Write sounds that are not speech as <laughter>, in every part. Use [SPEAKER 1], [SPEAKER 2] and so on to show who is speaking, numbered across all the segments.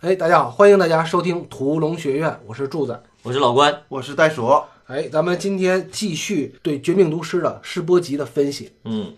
[SPEAKER 1] 哎，大家好，欢迎大家收听《屠龙学院》，我是柱子。
[SPEAKER 2] 我是老关，
[SPEAKER 3] 我是袋鼠，
[SPEAKER 1] 哎，咱们今天继续对《绝命毒师》的试播集的分析。
[SPEAKER 2] 嗯，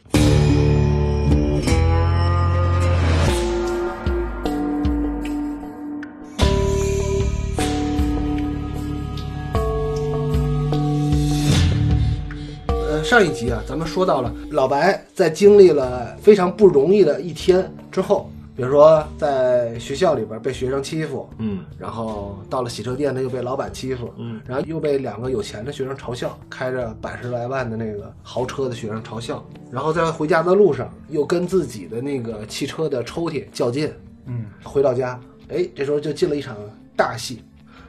[SPEAKER 1] 呃，上一集啊，咱们说到了老白在经历了非常不容易的一天之后，比如说在学校里边被学生欺负，
[SPEAKER 2] 嗯，
[SPEAKER 1] 然后到了洗车店，他又被老板欺负，
[SPEAKER 2] 嗯，
[SPEAKER 1] 然后又被两个有钱的学生嘲笑，开着百十来万的那个豪车的学生嘲笑，然后在回家的路上又跟自己的那个汽车的抽屉较劲，
[SPEAKER 3] 嗯，
[SPEAKER 1] 回到家，哎，这时候就进了一场大戏，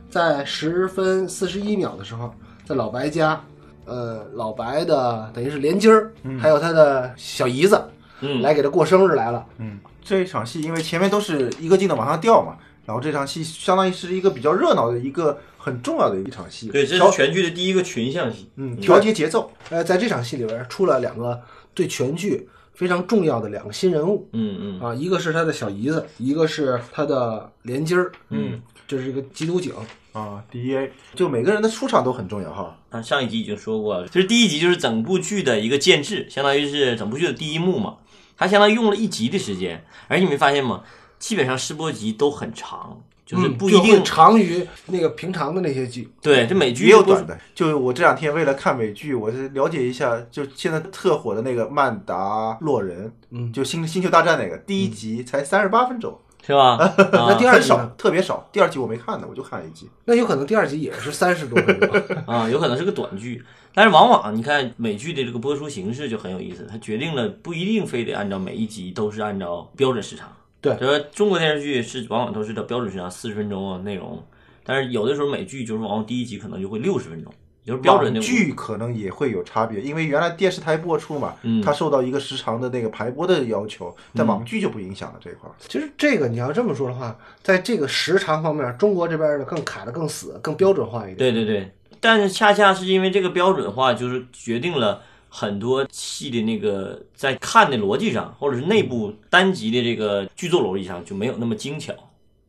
[SPEAKER 1] 在十分四十一秒的时候，在老白家，呃，老白的等于是连襟儿，还有他的小姨子，
[SPEAKER 2] 嗯
[SPEAKER 1] 来给他过生日来了，
[SPEAKER 3] 嗯，这一场戏因为前面都是一个劲的往上调嘛，然后这场戏相当于是一个比较热闹的一个很重要的一场戏，
[SPEAKER 2] 对，这是
[SPEAKER 3] 调
[SPEAKER 2] 全剧的第一个群像戏。
[SPEAKER 3] 嗯调节节奏，
[SPEAKER 1] 呃，在这场戏里边出了两个对全剧非常重要的两个新人物，
[SPEAKER 2] 嗯
[SPEAKER 1] 啊，一个是他的小姨子，一个是他的连襟儿，嗯，这是一个缉毒警，
[SPEAKER 3] 啊，DEA 就每个人的出场都很重要哈，
[SPEAKER 2] 嗯，啊，上一集已经说过了，就是第一集就是整部剧的一个建制，相当于是整部剧的第一幕嘛。它相当于用了一集的时间，而你没发现吗？基本上试播集都很长，就是不
[SPEAKER 1] 嗯
[SPEAKER 2] 一
[SPEAKER 1] 就会
[SPEAKER 2] 定、
[SPEAKER 1] 长于那个平常的那些剧，
[SPEAKER 2] 对。这美剧
[SPEAKER 3] 也有
[SPEAKER 2] 都不
[SPEAKER 3] 短的。就我这两天为了看美剧，我是了解一下，就现在特火的那个《曼达洛人》，
[SPEAKER 1] 嗯
[SPEAKER 3] 就星星球大战那个第一集才三十八分钟，
[SPEAKER 1] <laughs>
[SPEAKER 2] 是吧？
[SPEAKER 1] 那
[SPEAKER 2] 啊
[SPEAKER 1] 第二
[SPEAKER 3] 很
[SPEAKER 1] 集呢
[SPEAKER 3] 少，特别少。第二集我没看呢，我就看了一集。
[SPEAKER 1] 那有可能第二集也是三十多分钟，
[SPEAKER 2] 啊，有可能是个短剧，但是往往你看美剧的这个播出形式就很有意思，它决定了不一定非得按照每一集都是按照标准时长。
[SPEAKER 1] 对
[SPEAKER 2] 就是中国电视剧是往往都是的标准时长四十分钟啊内容，但是有的时候美剧就是往往第一集可能就会六十分钟，就是标准的
[SPEAKER 3] 网剧可能也会有差别，因为原来电视台播出嘛，
[SPEAKER 2] 嗯
[SPEAKER 3] 它受到一个时长的那个排播的要求，但网剧就不影响了这一块儿。
[SPEAKER 1] 其实这个你要这么说的话，在这个时长方面，中国这边的更卡的更死，更标准化一点。
[SPEAKER 2] 对对对，但是恰恰是因为这个标准化，就是决定了很多戏的那个在看的逻辑上，或者是内部单集的这个剧作逻辑上就没有那么精巧。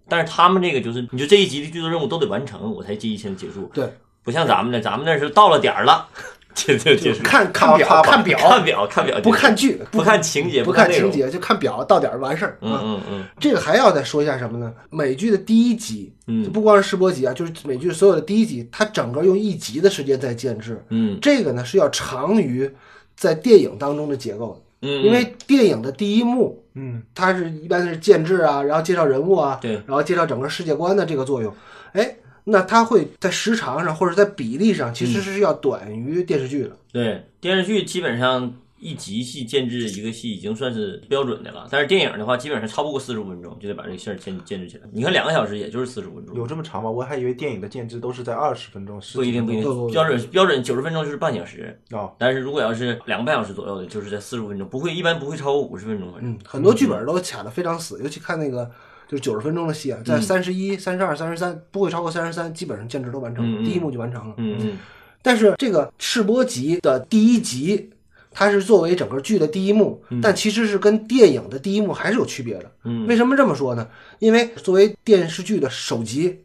[SPEAKER 2] 但是他们这个就是，你就这一集的剧作任务都得完成，我才这一天结束。
[SPEAKER 1] 对，
[SPEAKER 2] 不像咱们这，咱们那是到了点儿了， <laughs> 结就结束。
[SPEAKER 1] 看看表，
[SPEAKER 3] 咔吧
[SPEAKER 1] 看表，
[SPEAKER 2] 看表，看表，
[SPEAKER 1] 不看剧，
[SPEAKER 2] 不看情节，
[SPEAKER 1] 不
[SPEAKER 2] 看
[SPEAKER 1] 看
[SPEAKER 2] 内
[SPEAKER 1] 情
[SPEAKER 2] 容。
[SPEAKER 1] 节，就看表，到点儿完事儿。
[SPEAKER 2] 嗯
[SPEAKER 1] 啊，
[SPEAKER 2] 嗯嗯
[SPEAKER 1] 这个还要再说一下什么呢？美剧的第一集，就
[SPEAKER 2] 嗯
[SPEAKER 1] 不光是试播集啊，就是美剧所有的第一集，它整个用一集的时间在建制。
[SPEAKER 2] 嗯
[SPEAKER 1] 这个呢是要长于在电影当中的结构的，
[SPEAKER 2] 嗯，
[SPEAKER 1] 因为电影的第一幕，
[SPEAKER 3] 嗯，
[SPEAKER 1] 它是一般是建制啊，然后介绍人物啊，
[SPEAKER 2] 对
[SPEAKER 1] 然后介绍整个世界观的这个作用。哎，那它会在时长上或者在比例上，其实是要短于电视剧的。
[SPEAKER 2] 对，电视剧基本上一集戏建制一个戏已经算是标准的了，但是电影的话，基本上超不过四十五分钟就得把这个事儿建建制起来。你看两个小时也就是四十五分钟，
[SPEAKER 3] 有这么长吗？我还以为电影的建制都是在二十分钟、十
[SPEAKER 2] 不一定不
[SPEAKER 1] 不
[SPEAKER 2] 一
[SPEAKER 1] 不
[SPEAKER 2] 定，
[SPEAKER 1] 不
[SPEAKER 2] 标准标准九十分钟就是半小时，
[SPEAKER 3] 哦，
[SPEAKER 2] 但是如果要是两个半小时左右的，就是在四十五分钟，不会一般不会超过五十分钟，反正
[SPEAKER 1] 嗯，很多剧本都卡得非常死，尤其看那个就是九十分钟的戏啊，
[SPEAKER 2] 嗯
[SPEAKER 1] 在三十一、三十二、三十三，不会超过三十三，基本上建制都完成了，
[SPEAKER 2] 嗯嗯
[SPEAKER 1] 第一幕就完成了。
[SPEAKER 2] 嗯嗯
[SPEAKER 1] 但是这个试播集的第一集，它是作为整个剧的第一幕，但其实是跟电影的第一幕还是有区别的。
[SPEAKER 2] 嗯
[SPEAKER 1] 为什么这么说呢？因为作为电视剧的首集，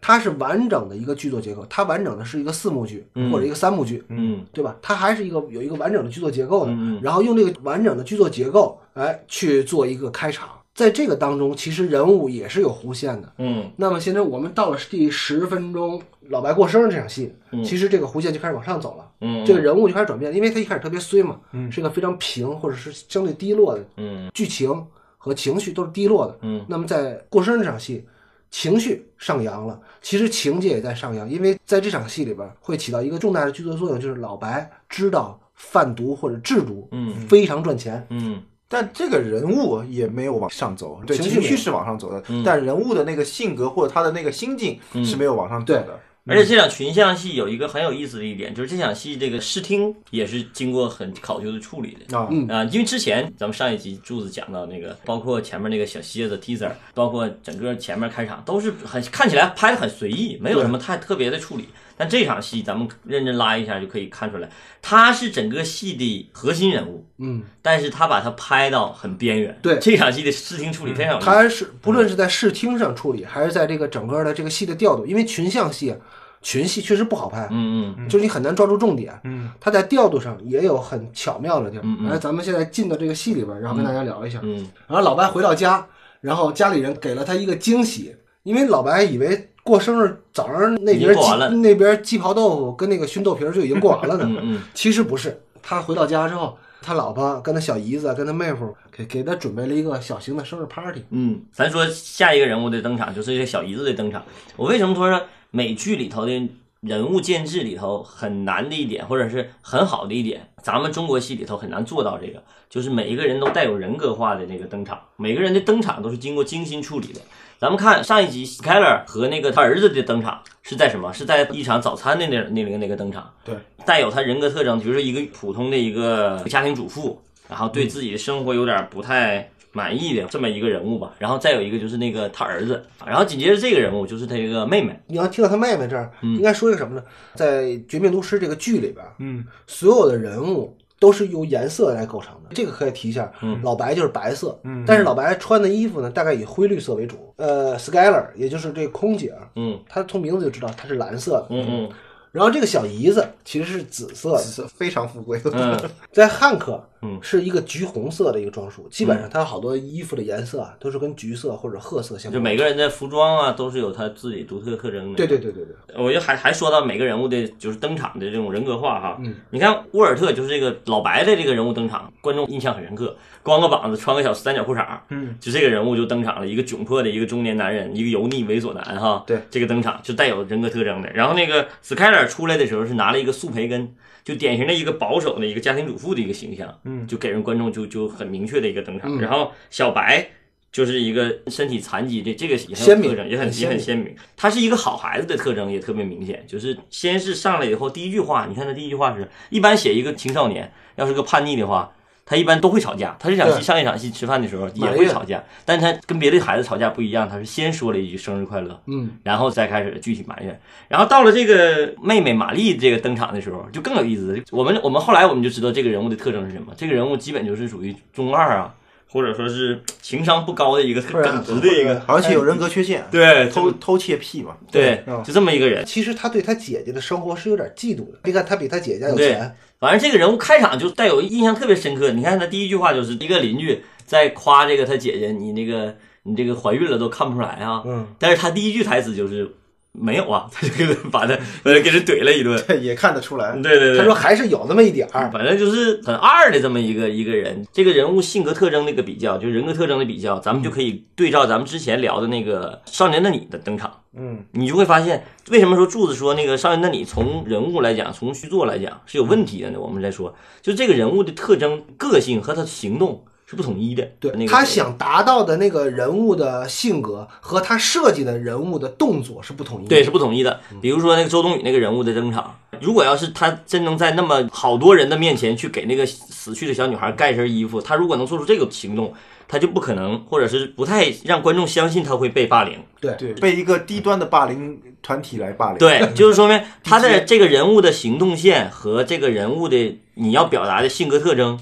[SPEAKER 1] 它是完整的一个剧作结构，它完整的是一个四幕剧或者一个三幕剧，
[SPEAKER 2] 嗯
[SPEAKER 1] 对吧？它还是一个有一个完整的剧作结构的
[SPEAKER 2] 嗯，
[SPEAKER 1] 然后用这个完整的剧作结构，哎，去做一个开场。在这个当中，其实人物也是有弧线的，
[SPEAKER 2] 嗯
[SPEAKER 1] 那么现在我们到了第十分钟，老白过生日这场戏，其实这个弧线就开始往上走了，
[SPEAKER 2] 嗯
[SPEAKER 1] 这个人物就开始转变，因为他一开始特别衰嘛，是一个非常平或者是相对低落的
[SPEAKER 2] 嗯
[SPEAKER 1] 剧情和情绪都是低落的。
[SPEAKER 2] 嗯，
[SPEAKER 1] 那么在过生日这场戏，情绪上扬了，其实情节也在上扬，因为在这场戏里边会起到一个重大的剧作作用，就是老白知道贩毒或者制毒，
[SPEAKER 2] 嗯，
[SPEAKER 1] 非常赚钱，
[SPEAKER 2] 嗯
[SPEAKER 3] 但这个人物也没有往上走，对，
[SPEAKER 1] 情绪
[SPEAKER 3] 情
[SPEAKER 1] 没
[SPEAKER 3] 绪
[SPEAKER 1] 有
[SPEAKER 3] 是往上走的，
[SPEAKER 2] 嗯
[SPEAKER 3] 但人物的那个性格或者他的那个心境是没有往上走的。
[SPEAKER 2] 而且这场群像戏有一个很有意思的一点，就是这场戏这个视听也是经过很考究的处理的。
[SPEAKER 3] 啊，
[SPEAKER 1] 嗯
[SPEAKER 2] 啊、因为之前咱们上一集柱子讲到那个，包括前面那个小蝎子 teaser，包括整个前面开场都是很看起来拍的很随意，没有什么太特别的处理。但这场戏咱们认真拉一下就可以看出来，他是整个戏的核心人物，
[SPEAKER 1] 嗯，
[SPEAKER 2] 但是他把他拍到很边缘。
[SPEAKER 1] 对嗯
[SPEAKER 2] 这场戏的视听处理非常有意思。
[SPEAKER 1] 他是不论是在视听上处理，还是在这个整个的这个戏的调度，因为群像戏啊，群戏确实不好拍，
[SPEAKER 2] 嗯嗯
[SPEAKER 1] 就是你很难抓住重点。
[SPEAKER 3] 嗯，
[SPEAKER 1] 他在调度上也有很巧妙的地
[SPEAKER 2] 嗯
[SPEAKER 1] 方。
[SPEAKER 2] 嗯
[SPEAKER 1] 来，咱们现在进到这个戏里边，然后跟大家聊一下。
[SPEAKER 2] 嗯
[SPEAKER 1] 然后老白回到家，然后家里人给了他一个惊喜，因为老白以为过生日早上那
[SPEAKER 2] 已经
[SPEAKER 1] 边
[SPEAKER 2] 过完了
[SPEAKER 1] 鸡那边鸡刨豆腐跟那个熏豆皮儿就已经过完了呢。
[SPEAKER 2] 嗯嗯
[SPEAKER 1] 其实不是，他回到家之后，他老婆跟他小姨子跟他妹夫给给他准备了一个小型的生日 party。
[SPEAKER 2] 嗯，咱说下一个人物的登场就是这个小姨子的登场。我为什么说美剧里头的人物建制里头很难的一点，或者是很好的一点，咱们中国戏里头很难做到这个，就是每一个人都带有人格化的那个登场，每个人的登场都是经过精心处理的。咱们看上一集 s k y l e r 和那个他儿子的登场是在什么？是在一场早餐的那那个那个登场，
[SPEAKER 1] 对，
[SPEAKER 2] 带有他人格特征，比如说一个普通的一个家庭主妇，然后对自己的生活有点不太满意的这么一个人物吧。然后再有一个就是那个他儿子，然后紧接着这个人物就是他一个妹妹，
[SPEAKER 1] 你要听到他妹妹这儿，
[SPEAKER 2] 嗯
[SPEAKER 1] 应该说一个什么呢？在《绝命毒师》这个剧里边，
[SPEAKER 3] 嗯，
[SPEAKER 1] 所有的人物都是由颜色来构成
[SPEAKER 2] 嗯
[SPEAKER 1] 的。这个可以提一下，老白就是白色，
[SPEAKER 3] 嗯
[SPEAKER 1] 但是老白穿的衣服呢，大概以灰绿色为主。呃 s k y l e r 也就是这空姐，
[SPEAKER 2] 嗯
[SPEAKER 1] 她从名字就知道她是蓝色的。
[SPEAKER 2] 嗯
[SPEAKER 1] 然后这个小姨子其实是紫色的，
[SPEAKER 3] 是非常富贵。
[SPEAKER 2] 嗯嗯
[SPEAKER 1] 在汉克，
[SPEAKER 2] 嗯
[SPEAKER 1] 是一个橘红色的一个装束，基本上它好多衣服的颜色啊，都是跟橘色或者褐色相
[SPEAKER 2] 就
[SPEAKER 1] 关。
[SPEAKER 2] 每个人的服装啊都是有他自己独特特征的。
[SPEAKER 1] 对对对对对，
[SPEAKER 2] 我就还还说到每个人物的，就是登场的这种人格化哈。嗯，你看沃尔特就是这个老白的这个人物登场，观众印象很深刻，光个膀子，穿个小三角裤衩，嗯，就这个人物就登场了，一个窘迫的一个中年男人，一个油腻猥琐男哈。
[SPEAKER 3] 对，
[SPEAKER 2] 这个登场就带有人格特征的。然后那个斯凯尔出来的时候是拿了一个素培根，就典型的一个保守的一个家庭主妇的一个形象，嗯，就给人观众就就很明确的一个登场。然后小白。就是一个身体残疾，这这个也很有
[SPEAKER 1] 鲜明
[SPEAKER 2] 特征，也很
[SPEAKER 1] 很
[SPEAKER 2] 也
[SPEAKER 1] 鲜
[SPEAKER 2] 很
[SPEAKER 1] 明
[SPEAKER 2] 鲜明。他是一个好孩子的特征也特别明显，就是先是上来以后第一句话，你看他第一句话是，一般写一个青少年要是个叛逆的话，他一般都会吵架。他这场戏
[SPEAKER 1] 对
[SPEAKER 2] 上一场戏吃饭的时候也
[SPEAKER 1] 埋
[SPEAKER 2] 会
[SPEAKER 1] 怨
[SPEAKER 2] 吵架，但是他跟别的孩子吵架不一样，他是先说了一句生日快乐，
[SPEAKER 1] 嗯，
[SPEAKER 2] 然后再开始具体埋怨。然后到了这个妹妹玛丽这个登场的时候，就更有意思了。我们我们后来我们就知道这个人物的特征是什么，这个人物基本就是属于中二啊，或者说是情商不高的一个
[SPEAKER 1] 不
[SPEAKER 2] 很
[SPEAKER 1] 是
[SPEAKER 2] <laughs> 耿直的一个，
[SPEAKER 3] 而且有人格缺陷，
[SPEAKER 1] 嗯
[SPEAKER 2] 对
[SPEAKER 3] 偷
[SPEAKER 2] 偷
[SPEAKER 3] 偷窃癖嘛。
[SPEAKER 2] 对，就这么一个人。
[SPEAKER 1] 其实他对他姐姐的生活是有点嫉妒的。你看他比他姐姐有
[SPEAKER 2] 对
[SPEAKER 1] 钱，
[SPEAKER 2] 反正这个人物开场就带有印象特别深刻。你看他第一句话就是一个邻居在夸这个他姐姐，你那个你这个怀孕了都看不出来啊。
[SPEAKER 1] 嗯，
[SPEAKER 2] 但是他第一句台词就是没有啊，他就给他把他把他给人怼了一顿。
[SPEAKER 3] 对， <laughs> 也看得出来。
[SPEAKER 2] 对对对，
[SPEAKER 1] 他说还是有那么一点儿。
[SPEAKER 2] 嗯反正就是很二的这么一个一个人，这个人物性格特征的一个比较，就是人格特征的比较，咱们
[SPEAKER 1] 嗯
[SPEAKER 2] 就可以对照咱们之前聊的那个《少年的你》的登场，
[SPEAKER 3] 嗯，
[SPEAKER 2] 你就会发现为什么说柱子说那个《少年的你》从人物来讲，从虚作来讲是有问题的呢？我们在说，就这个人物的特征、个性和他的行动是不统一的。
[SPEAKER 1] 对、
[SPEAKER 2] 那个
[SPEAKER 1] 他想达到的那个人物的性格和他设计的人物的动作是不统一的。
[SPEAKER 2] 对，是不统一的。比如说那个周冬雨那个人物的登场，如果要是他真能在那么好多人的面前去给那个死去的小女孩盖一身衣服，他如果能做出这个行动，他就不可能，或者是不太让观众相信他会被霸凌。
[SPEAKER 1] 对
[SPEAKER 3] 对，被一个低端的霸凌团体来霸凌。，
[SPEAKER 2] 对，就是说明他的这个人物的行动线和这个人物的你要表达的性格特征，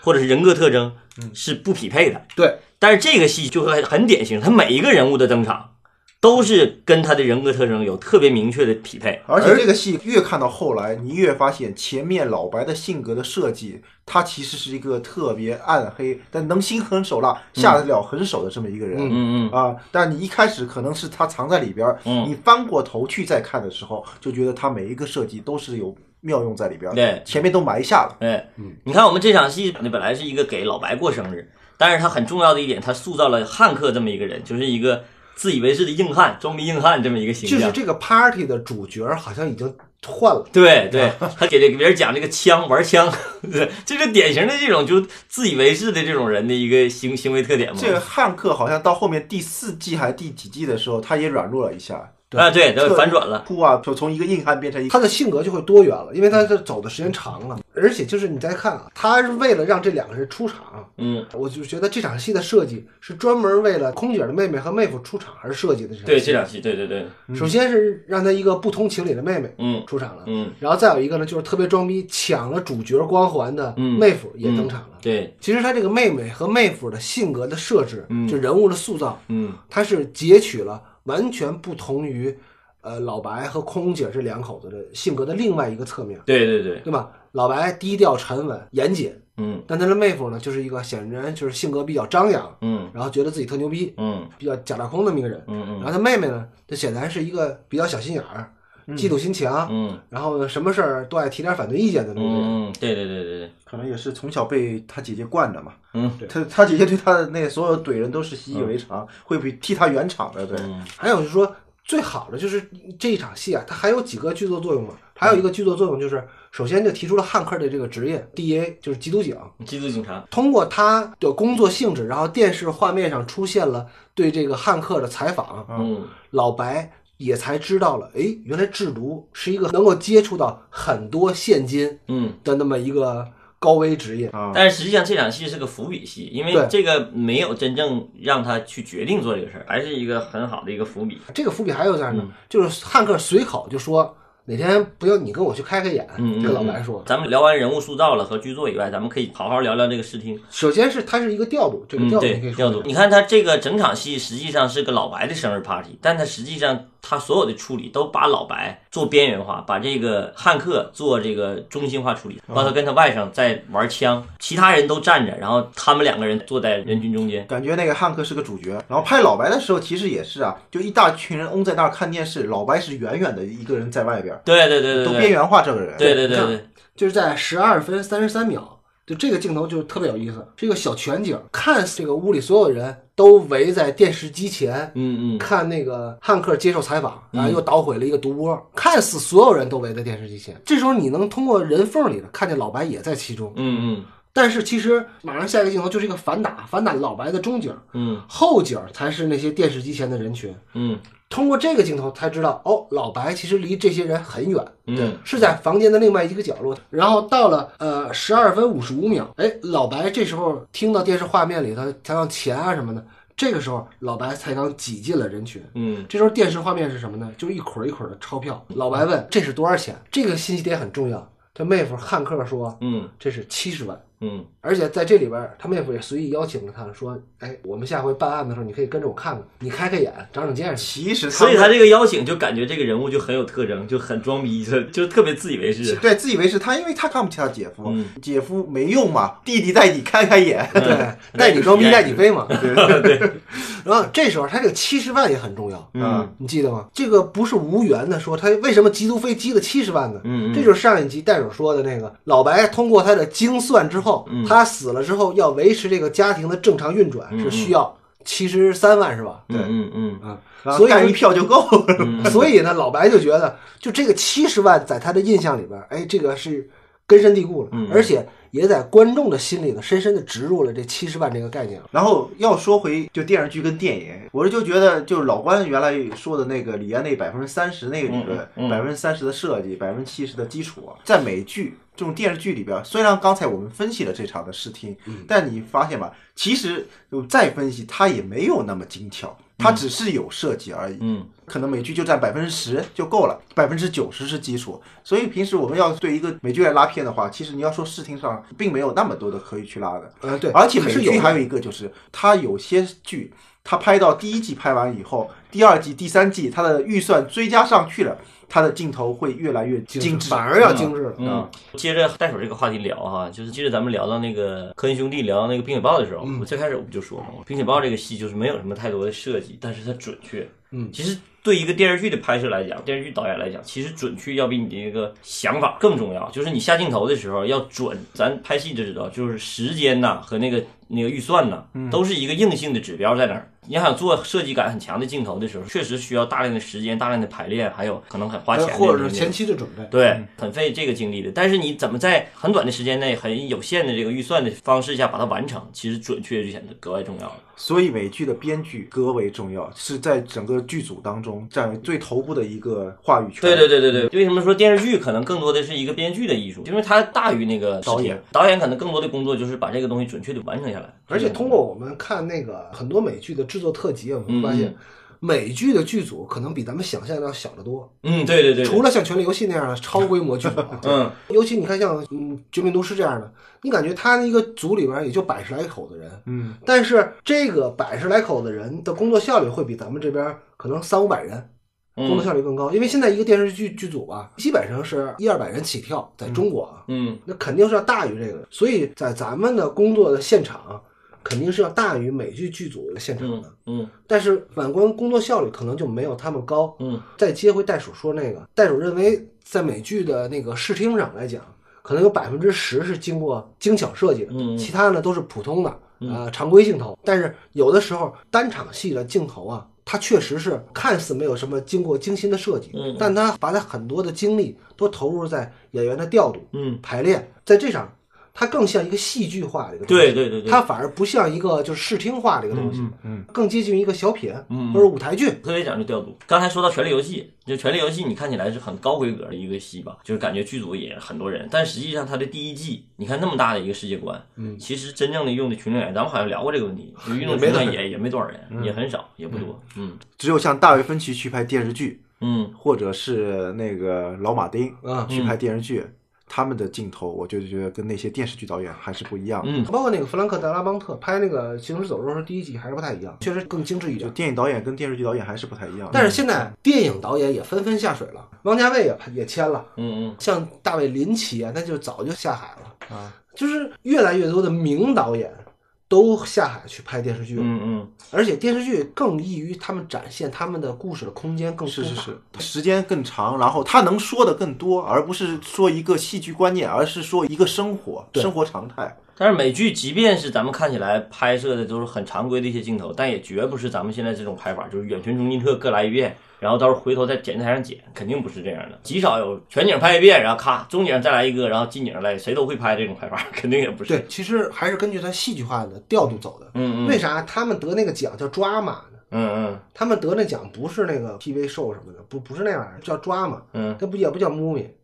[SPEAKER 2] 或者是人格特征是不匹配的。
[SPEAKER 1] 对，
[SPEAKER 2] 但是这个戏就很很典型，他每一个人物的登场都是跟他的人格特征有特别明确的匹配。
[SPEAKER 3] 而且这个戏越看到后来，你越发现前面老白的性格的设计，他其实是一个特别暗黑，但能心狠手辣，下得了狠手的这么一个人。
[SPEAKER 1] 嗯
[SPEAKER 2] 嗯嗯。
[SPEAKER 3] 啊！但你一开始可能是他藏在里边儿，
[SPEAKER 2] 嗯
[SPEAKER 3] 你翻过头去再看的时候，就觉得他每一个设计都是有妙用在里边儿，
[SPEAKER 2] 对
[SPEAKER 3] 前面都埋下了。
[SPEAKER 2] 哎，你看我们这场戏那本来是一个给老白过生日，但是他很重要的一点，他塑造了汉克这么一个人，就是一个自以为是的硬汉，装逼硬汉这么一个形
[SPEAKER 1] 就是
[SPEAKER 2] 象。
[SPEAKER 1] 这个 party 的主角好像已经换了。
[SPEAKER 2] 对对，他给这个别人讲这个枪玩枪，对，这是典型的这种就自以为是的这种人的一个行行为特点嘛。
[SPEAKER 3] 这个汉克好像到后面第四季还是第几季的时候，他也软弱了一下，对
[SPEAKER 2] 啊，对，对，
[SPEAKER 3] 彻底
[SPEAKER 2] 反转了。
[SPEAKER 3] 哭啊，就从一个硬汉变成一个
[SPEAKER 1] 他的性格就会多元了，因为他这走的时间长了，而且就是你再看啊，他是为了让这两个人出场，
[SPEAKER 2] 嗯，
[SPEAKER 1] 我就觉得这场戏的设计是专门为了空姐的妹妹和妹夫出场而设计的。
[SPEAKER 2] 对，这场戏，对对对，
[SPEAKER 1] 场，首先是让他一个不通情理的妹妹
[SPEAKER 2] 嗯
[SPEAKER 1] 出场了，
[SPEAKER 2] 嗯，
[SPEAKER 1] 然后再有一个呢，就是特别装逼抢了主角光环的
[SPEAKER 2] 嗯
[SPEAKER 1] 妹夫也登场了。
[SPEAKER 2] 对，
[SPEAKER 1] 其实他这个妹妹和妹夫的性格的设置，就人物的塑造，
[SPEAKER 2] 嗯
[SPEAKER 1] 他是截取了完全不同于呃老白和空姐这两口子的性格的另外一个侧面，
[SPEAKER 2] 对对对，
[SPEAKER 1] 对吧？老白低调沉稳严谨，
[SPEAKER 2] 嗯
[SPEAKER 1] 但他的妹夫呢，就是一个显然就是性格比较张扬，
[SPEAKER 2] 嗯
[SPEAKER 1] 然后觉得自己特牛逼，
[SPEAKER 2] 嗯
[SPEAKER 1] 比较假大空那么一个人。
[SPEAKER 2] 嗯
[SPEAKER 1] 然后他妹妹呢，这显然是一个比较小心眼儿、嫉妒心强，
[SPEAKER 2] 嗯
[SPEAKER 1] 然后呢什么事儿都爱提点反对意见的那种人。
[SPEAKER 2] 嗯，对对对对对，
[SPEAKER 3] 可能也是从小被他姐姐惯的嘛。
[SPEAKER 2] 嗯，
[SPEAKER 3] 他他姐姐对他的那所有怼人都是习以为常，会比替他圆场的。对，
[SPEAKER 2] 嗯
[SPEAKER 1] 还有就是说，最好的就是这一场戏啊，它还有几个剧作作用嘛。还有一个剧作作用就是，首先就提出了汉克的这个职业 DA，就是缉毒警。
[SPEAKER 2] 缉毒警察，
[SPEAKER 1] 通过他的工作性质，然后电视画面上出现了对这个汉克的采访，
[SPEAKER 2] 嗯
[SPEAKER 1] 老白也才知道了，哎，原来制毒是一个能够接触到很多现金
[SPEAKER 2] 嗯。
[SPEAKER 1] 的那么一个高危职业。
[SPEAKER 3] 啊，
[SPEAKER 2] 但是实际上这场戏是个伏笔戏，因为
[SPEAKER 1] 对
[SPEAKER 2] 这个没有真正让他去决定做这个事儿，还是一个很好的一个伏笔。
[SPEAKER 1] 这个伏笔还有在哪儿呢？
[SPEAKER 2] 嗯
[SPEAKER 1] 就是汉克随口就说哪天不要你跟我去开开眼，
[SPEAKER 2] 嗯，
[SPEAKER 1] 跟
[SPEAKER 2] 嗯
[SPEAKER 1] 老白说
[SPEAKER 2] 嗯。咱们聊完人物塑造了和剧作以外，咱们可以好好聊聊这个视听。
[SPEAKER 1] 首先是它是一个调度，这个
[SPEAKER 2] 嗯，
[SPEAKER 1] 调度
[SPEAKER 2] 对
[SPEAKER 1] 你可以，说
[SPEAKER 2] 调
[SPEAKER 1] 一下
[SPEAKER 2] 度。你看他这个整场戏实际上是个老白的生日 party，但他实际上他所有的处理都把老白做边缘化，把这个汉克做这个中心化处理，
[SPEAKER 1] 啊
[SPEAKER 2] 包括他跟他外甥在玩枪，其他人都站着，然后他们两个人坐在人群中间。
[SPEAKER 3] 感觉那个汉克是个主角。然后拍老白的时候，其实也是啊，就一大群人嗡在那儿看电视，老白是远远的一个人在外边，
[SPEAKER 2] 对对对对
[SPEAKER 3] 都
[SPEAKER 2] 对
[SPEAKER 3] 边缘化这个人。
[SPEAKER 2] 对对
[SPEAKER 1] 你
[SPEAKER 2] 对
[SPEAKER 1] 看
[SPEAKER 2] 对，
[SPEAKER 1] 就是在十二分三十三秒，就这个镜头就特别有意思，是一个小全景，看似这个屋里所有人都围在电视机前。
[SPEAKER 2] 嗯嗯，嗯
[SPEAKER 1] 看那个汉克接受采访，然后又捣毁了一个毒窝，看似所有人都围在电视机前。这时候你能通过人缝里的看见老白也在其中，
[SPEAKER 2] 嗯
[SPEAKER 1] 但是其实马上下一个镜头就是一个反打，反打老白的中景，
[SPEAKER 2] 嗯
[SPEAKER 1] 后景才是那些电视机前的人群。
[SPEAKER 2] 嗯
[SPEAKER 1] 通过这个镜头才知道，哦，老白其实离这些人很远，
[SPEAKER 2] 嗯，对，
[SPEAKER 1] 是在房间的另外一个角落。然后到了呃十二分五十五秒，哎，老白这时候听到电视画面里头他要钱啊什么的，这个时候老白才刚挤进了人群。
[SPEAKER 2] 嗯
[SPEAKER 1] 这时候电视画面是什么呢？就是一捆儿一捆儿的钞票。老白问这是多少钱？这个信息点很重要。他妹夫汉克说
[SPEAKER 2] 嗯
[SPEAKER 1] 这是七十万，
[SPEAKER 2] 嗯
[SPEAKER 1] 而且在这里边儿，他妹夫也随意邀请了他，说：“哎，我们下回办案的时候，你可以跟着我看看，你开开眼，长长见识。”
[SPEAKER 3] 其实
[SPEAKER 2] 所以
[SPEAKER 3] 他
[SPEAKER 2] 他这个邀请就感觉这个人物就很有特征，就很装逼，就就特别自以为是。
[SPEAKER 3] 对自以为是，他因为他看不起他姐夫，
[SPEAKER 2] 嗯
[SPEAKER 3] 姐夫没用嘛，弟弟带你开开眼。
[SPEAKER 1] 对，带你装逼带你飞嘛。
[SPEAKER 2] 对，
[SPEAKER 1] 然后这时候他这个七十万也很重要，
[SPEAKER 2] 嗯
[SPEAKER 1] 你记得吗？这个不是无缘的说他为什么缉毒飞缉了七十万呢？
[SPEAKER 2] 嗯
[SPEAKER 1] 这就是上一集袋鼠说的那个老白通过他的精算之后，
[SPEAKER 2] 嗯
[SPEAKER 1] 他死了之后要维持这个家庭的正常运转是需要七十三万是吧？
[SPEAKER 2] 嗯嗯
[SPEAKER 1] 啊，
[SPEAKER 3] 然后
[SPEAKER 1] 所以
[SPEAKER 3] 干一票就够了。
[SPEAKER 1] 所以呢，老白就觉得，就这个七十万在他的印象里边，哎，这个是根深蒂固了，而且也在观众的心里头深深的植入了这七十万这个概念了。
[SPEAKER 3] 然后要说回就电视剧跟电影，我是就觉得就是老关原来说的那个李安那百分之三十那个理
[SPEAKER 2] 嗯嗯
[SPEAKER 3] 论，百分之三十的设计，百分之七十的基础，在美剧这种电视剧里边，虽然刚才我们分析了这场的视听，
[SPEAKER 2] 嗯
[SPEAKER 3] 但你发现吧，其实就再分析它也没有那么精巧，它只是有设计而已。
[SPEAKER 2] 嗯
[SPEAKER 3] 可能美剧就占百分之十就够了，百分之九十是基础。所以平时我们要对一个美剧来拉片的话，其实你要说视听上并没有那么多的可以去拉的。
[SPEAKER 1] 呃，对，
[SPEAKER 3] 而且美
[SPEAKER 1] 是有
[SPEAKER 3] 剧还有一个就是，它有些剧，它拍到第一季拍完以后，第二季、第三季，它的预算追加上去了，它的镜头会越来越精致，
[SPEAKER 1] 反而要精致了。
[SPEAKER 2] 嗯。接着袋鼠这个话题聊哈，就是接着咱们聊到那个科恩兄弟聊到那个《冰雪暴》的时候，
[SPEAKER 1] 嗯
[SPEAKER 2] 我最开始我不就说嘛，《冰雪暴》这个戏就是没有什么太多的设计，但是它准确。嗯，其实对一个电视剧的拍摄来讲，电视剧导演来讲，其实准确要比你的一个想法更重要。就是你下镜头的时候要准，咱拍戏就知道，就是时间呐、和那个那个预算呐、
[SPEAKER 1] 嗯
[SPEAKER 2] 都是一个硬性的指标在那儿。你想做设计感很强的镜头的时候，确实需要大量的时间、大量的排练，还有可能很花钱的
[SPEAKER 1] 哎或者
[SPEAKER 2] 嗯
[SPEAKER 1] 是
[SPEAKER 2] 那个
[SPEAKER 1] 前期的准备。
[SPEAKER 2] 对，很费这个精力的。但是你怎么在很短的时间内、很有限的这个预算的方式下把它完成，其实准确就显得格外重要了。
[SPEAKER 3] 所以美剧的编剧格为重要，是在整个剧组当中占为最头部的一个话语权。
[SPEAKER 2] 对对对对对，为什么说电视剧可能更多的是一个编剧的艺术？因为它大于那个
[SPEAKER 3] 导演
[SPEAKER 2] 视频，导演可能更多的工作就是把这个东西准确的完成下来。
[SPEAKER 1] 而且通过我们看那个很多美剧的制作特辑，我们会发现，美剧的剧组可能比咱们想象的要小得多。
[SPEAKER 2] 嗯，对对对，对
[SPEAKER 1] 除了像《权力游戏》那样的超规模剧组啊，
[SPEAKER 2] 嗯，
[SPEAKER 1] 尤其你看像嗯《绝命毒师》这样的，你感觉他那个组里边也就百十来口的人，
[SPEAKER 3] 嗯，
[SPEAKER 1] 但是这个百十来口的人的工作效率会比咱们这边可能三五百人。
[SPEAKER 2] 嗯
[SPEAKER 1] 工作效率更高，因为现在一个电视剧剧组吧，基本上是一二百人起跳，在中国啊，
[SPEAKER 2] 嗯
[SPEAKER 1] 那肯定是要大于这个，所以在咱们的工作的现场，肯定是要大于美剧剧组的现场
[SPEAKER 2] 嗯
[SPEAKER 1] 的。
[SPEAKER 2] 嗯
[SPEAKER 1] 但是反观工作效率，可能就没有他们高。
[SPEAKER 2] 嗯
[SPEAKER 1] 再接回袋鼠说那个，袋鼠认为在美剧的那个视听上来讲，可能有百分之十是经过精巧设计的，
[SPEAKER 2] 嗯嗯嗯
[SPEAKER 1] 其他呢都是普通的呃常规镜头。但是有的时候单场戏的镜头啊，它确实是看似没有什么经过精心的设计，
[SPEAKER 2] 嗯嗯
[SPEAKER 1] 但它把它很多的精力都投入在演员的调度、
[SPEAKER 2] 嗯，
[SPEAKER 1] 排练，在这上它更像一个戏剧化的一个东西
[SPEAKER 2] 对对对对，
[SPEAKER 1] 它反而不像一个就是视听化的一个东西，
[SPEAKER 3] 嗯
[SPEAKER 1] 更接近于一个小品
[SPEAKER 2] 嗯嗯
[SPEAKER 1] 或者舞台剧。
[SPEAKER 2] 特别讲究调度。刚才说到《权力游戏》，就《权力游戏》，你看起来是很高规格的一个戏吧，就是感觉剧组也很多人，但实际上它的第一季，你看那么大的一个世界观，嗯，其实真正的用的群众演员，咱们好像聊过这个问题，就运动群众也也没多少人，也很少，也不多，嗯
[SPEAKER 3] 只有像大卫芬奇去拍电视剧，
[SPEAKER 2] 嗯
[SPEAKER 3] 或者是那个老马丁
[SPEAKER 1] 啊
[SPEAKER 3] 去拍电视剧，他们的镜头，我就觉得跟那些电视剧导演还是不一样。
[SPEAKER 2] 嗯
[SPEAKER 1] 包括那个弗兰克·德拉邦特拍那个《行尸走肉》是第一集还是不太一样，确实更精致一
[SPEAKER 3] 就
[SPEAKER 1] 点。
[SPEAKER 3] 电影导演跟电视剧导演还是不太一样。
[SPEAKER 1] 但是现在电影导演也纷纷下水了，王家卫也拍也签了，
[SPEAKER 2] 嗯
[SPEAKER 1] 像大卫林奇啊，那就早就下海了。
[SPEAKER 3] 啊，
[SPEAKER 1] 就是越来越多的名导演都下海去拍电视剧
[SPEAKER 2] 嗯
[SPEAKER 1] 了，
[SPEAKER 2] 嗯嗯，
[SPEAKER 1] 而且电视剧更易于他们展现他们的故事的空间更
[SPEAKER 3] 是
[SPEAKER 1] 多
[SPEAKER 3] 是
[SPEAKER 1] 大
[SPEAKER 3] 是，时间更长，然后他能说的更多，而不是说一个戏剧观念，而是说一个生活
[SPEAKER 1] 对
[SPEAKER 3] 生活常态。
[SPEAKER 2] 但是美剧即便是咱们看起来拍摄的都是很常规的一些镜头，但也绝不是咱们现在这种拍法，就是远全中近特各来一遍，然后到时候回头在剪辑台上剪，肯定不是这样的。极少有全景拍一遍，然后咔中景再来一个，然后近景来，谁都会拍这种拍法，肯定也不是。
[SPEAKER 1] 对，其实还是根据他戏剧化的调度走的。
[SPEAKER 2] 嗯
[SPEAKER 1] 为
[SPEAKER 2] 嗯
[SPEAKER 1] 啥他们得那个奖叫抓马呢？
[SPEAKER 2] 嗯
[SPEAKER 1] 他们得那奖不是那个 TV 秀什么的，不不是那玩意儿，叫抓马。
[SPEAKER 2] 嗯
[SPEAKER 1] 这不也不叫 movie，
[SPEAKER 2] 嗯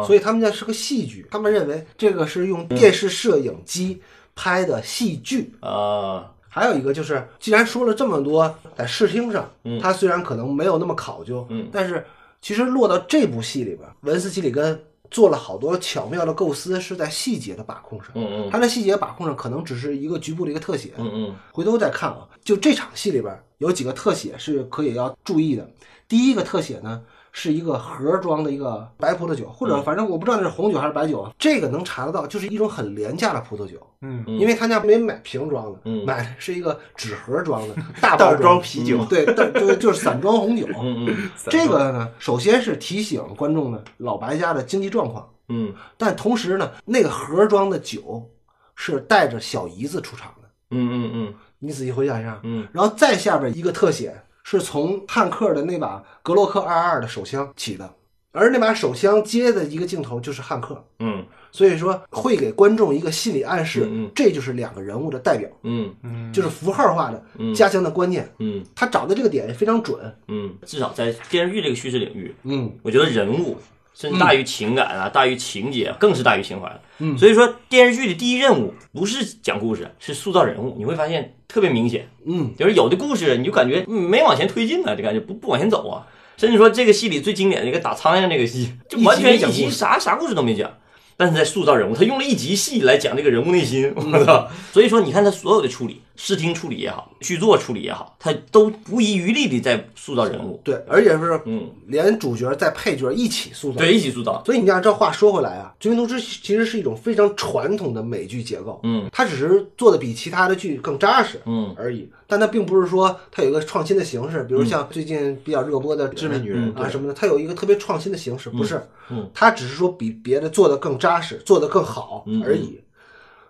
[SPEAKER 2] 啊，
[SPEAKER 1] 所以他们家是个戏剧，他们认为这个是用电视摄影机拍的戏剧。
[SPEAKER 2] 啊，
[SPEAKER 1] 还有一个就是，既然说了这么多，在视听上，他虽然可能没有那么考究，
[SPEAKER 2] 嗯
[SPEAKER 1] 但是其实落到这部戏里边，文斯基里根做了好多巧妙的构思，是在细节的把控上。
[SPEAKER 2] 嗯嗯
[SPEAKER 1] 他的细节把控上可能只是一个局部的一个特写，
[SPEAKER 2] 嗯嗯
[SPEAKER 1] 回头再看啊，就这场戏里边有几个特写是可以要注意的。第一个特写呢，是一个盒装的一个白葡萄酒，或者反正我不知道那是红酒还是白酒啊，这个能查得到，就是一种很廉价的葡萄酒，
[SPEAKER 3] 嗯，
[SPEAKER 2] 嗯
[SPEAKER 1] 因为他家没买瓶装的，
[SPEAKER 2] 嗯
[SPEAKER 1] 买的是一个纸盒装的大
[SPEAKER 3] 袋
[SPEAKER 1] 包
[SPEAKER 3] 儿装
[SPEAKER 1] 装
[SPEAKER 3] 啤酒
[SPEAKER 1] 嗯对，袋就就是散装红酒。
[SPEAKER 2] 嗯嗯
[SPEAKER 1] 这个呢，首先是提醒观众呢老白家的经济状况，
[SPEAKER 2] 嗯
[SPEAKER 1] 但同时呢，那个盒装的酒是带着小姨子出场的。
[SPEAKER 2] 嗯嗯
[SPEAKER 1] 你仔细回想一下，啊
[SPEAKER 2] 嗯，
[SPEAKER 1] 然后再下边一个特写是从汉克的那把格洛克二二的手枪起的，而那把手枪接的一个镜头就是汉克，
[SPEAKER 2] 嗯
[SPEAKER 1] 所以说会给观众一个心理暗示，
[SPEAKER 2] 嗯嗯
[SPEAKER 1] 这就是两个人物的代表，
[SPEAKER 2] 嗯
[SPEAKER 3] 嗯
[SPEAKER 1] 就是符号化的加强的观念，
[SPEAKER 2] 嗯
[SPEAKER 1] 他找的这个点也非常准，
[SPEAKER 2] 嗯，至少在电视剧这个叙事领域，
[SPEAKER 1] 嗯，
[SPEAKER 2] 我觉得人物甚至大于情感啊，大于情节，更是大于情怀了。
[SPEAKER 1] 嗯
[SPEAKER 2] 所以说电视剧的第一任务不是讲故事，是塑造人物。你会发现特别明显，
[SPEAKER 1] 嗯，
[SPEAKER 2] 就是有的故事你就感觉嗯没往前推进呢、就感觉不不往前走啊。甚至说这个戏里最经典的一个打苍蝇这个戏，就完全
[SPEAKER 1] 一集没讲
[SPEAKER 2] 一
[SPEAKER 1] 故事
[SPEAKER 2] 集啥啥故事都没讲。但是在塑造人物，他用了一集戏来讲这个人物内心，我操！所以说，你看他所有的处理，视听处理也好，剧作处理也好，他都不遗余力的在塑造人物，
[SPEAKER 1] 对，而且是
[SPEAKER 2] 嗯
[SPEAKER 1] 连主角带配角一起塑造，
[SPEAKER 2] 对，一起塑造，
[SPEAKER 1] 所以你看，这话说回来啊，《绝命毒师》其实是一种非常传统的美剧结构，
[SPEAKER 2] 嗯，
[SPEAKER 1] 它只是做的比其他的剧更扎实，
[SPEAKER 2] 嗯
[SPEAKER 1] 而已。但它并不是说它有一个创新的形式，比如
[SPEAKER 2] 嗯
[SPEAKER 1] 像最近比较热播的《
[SPEAKER 3] 致命女人
[SPEAKER 1] 啊
[SPEAKER 3] 对
[SPEAKER 1] 什么的，它有一个特别创新的形式，不是，
[SPEAKER 2] 嗯，
[SPEAKER 1] 它只是说比别的做的更扎实，做的更好
[SPEAKER 2] 嗯
[SPEAKER 1] 而已。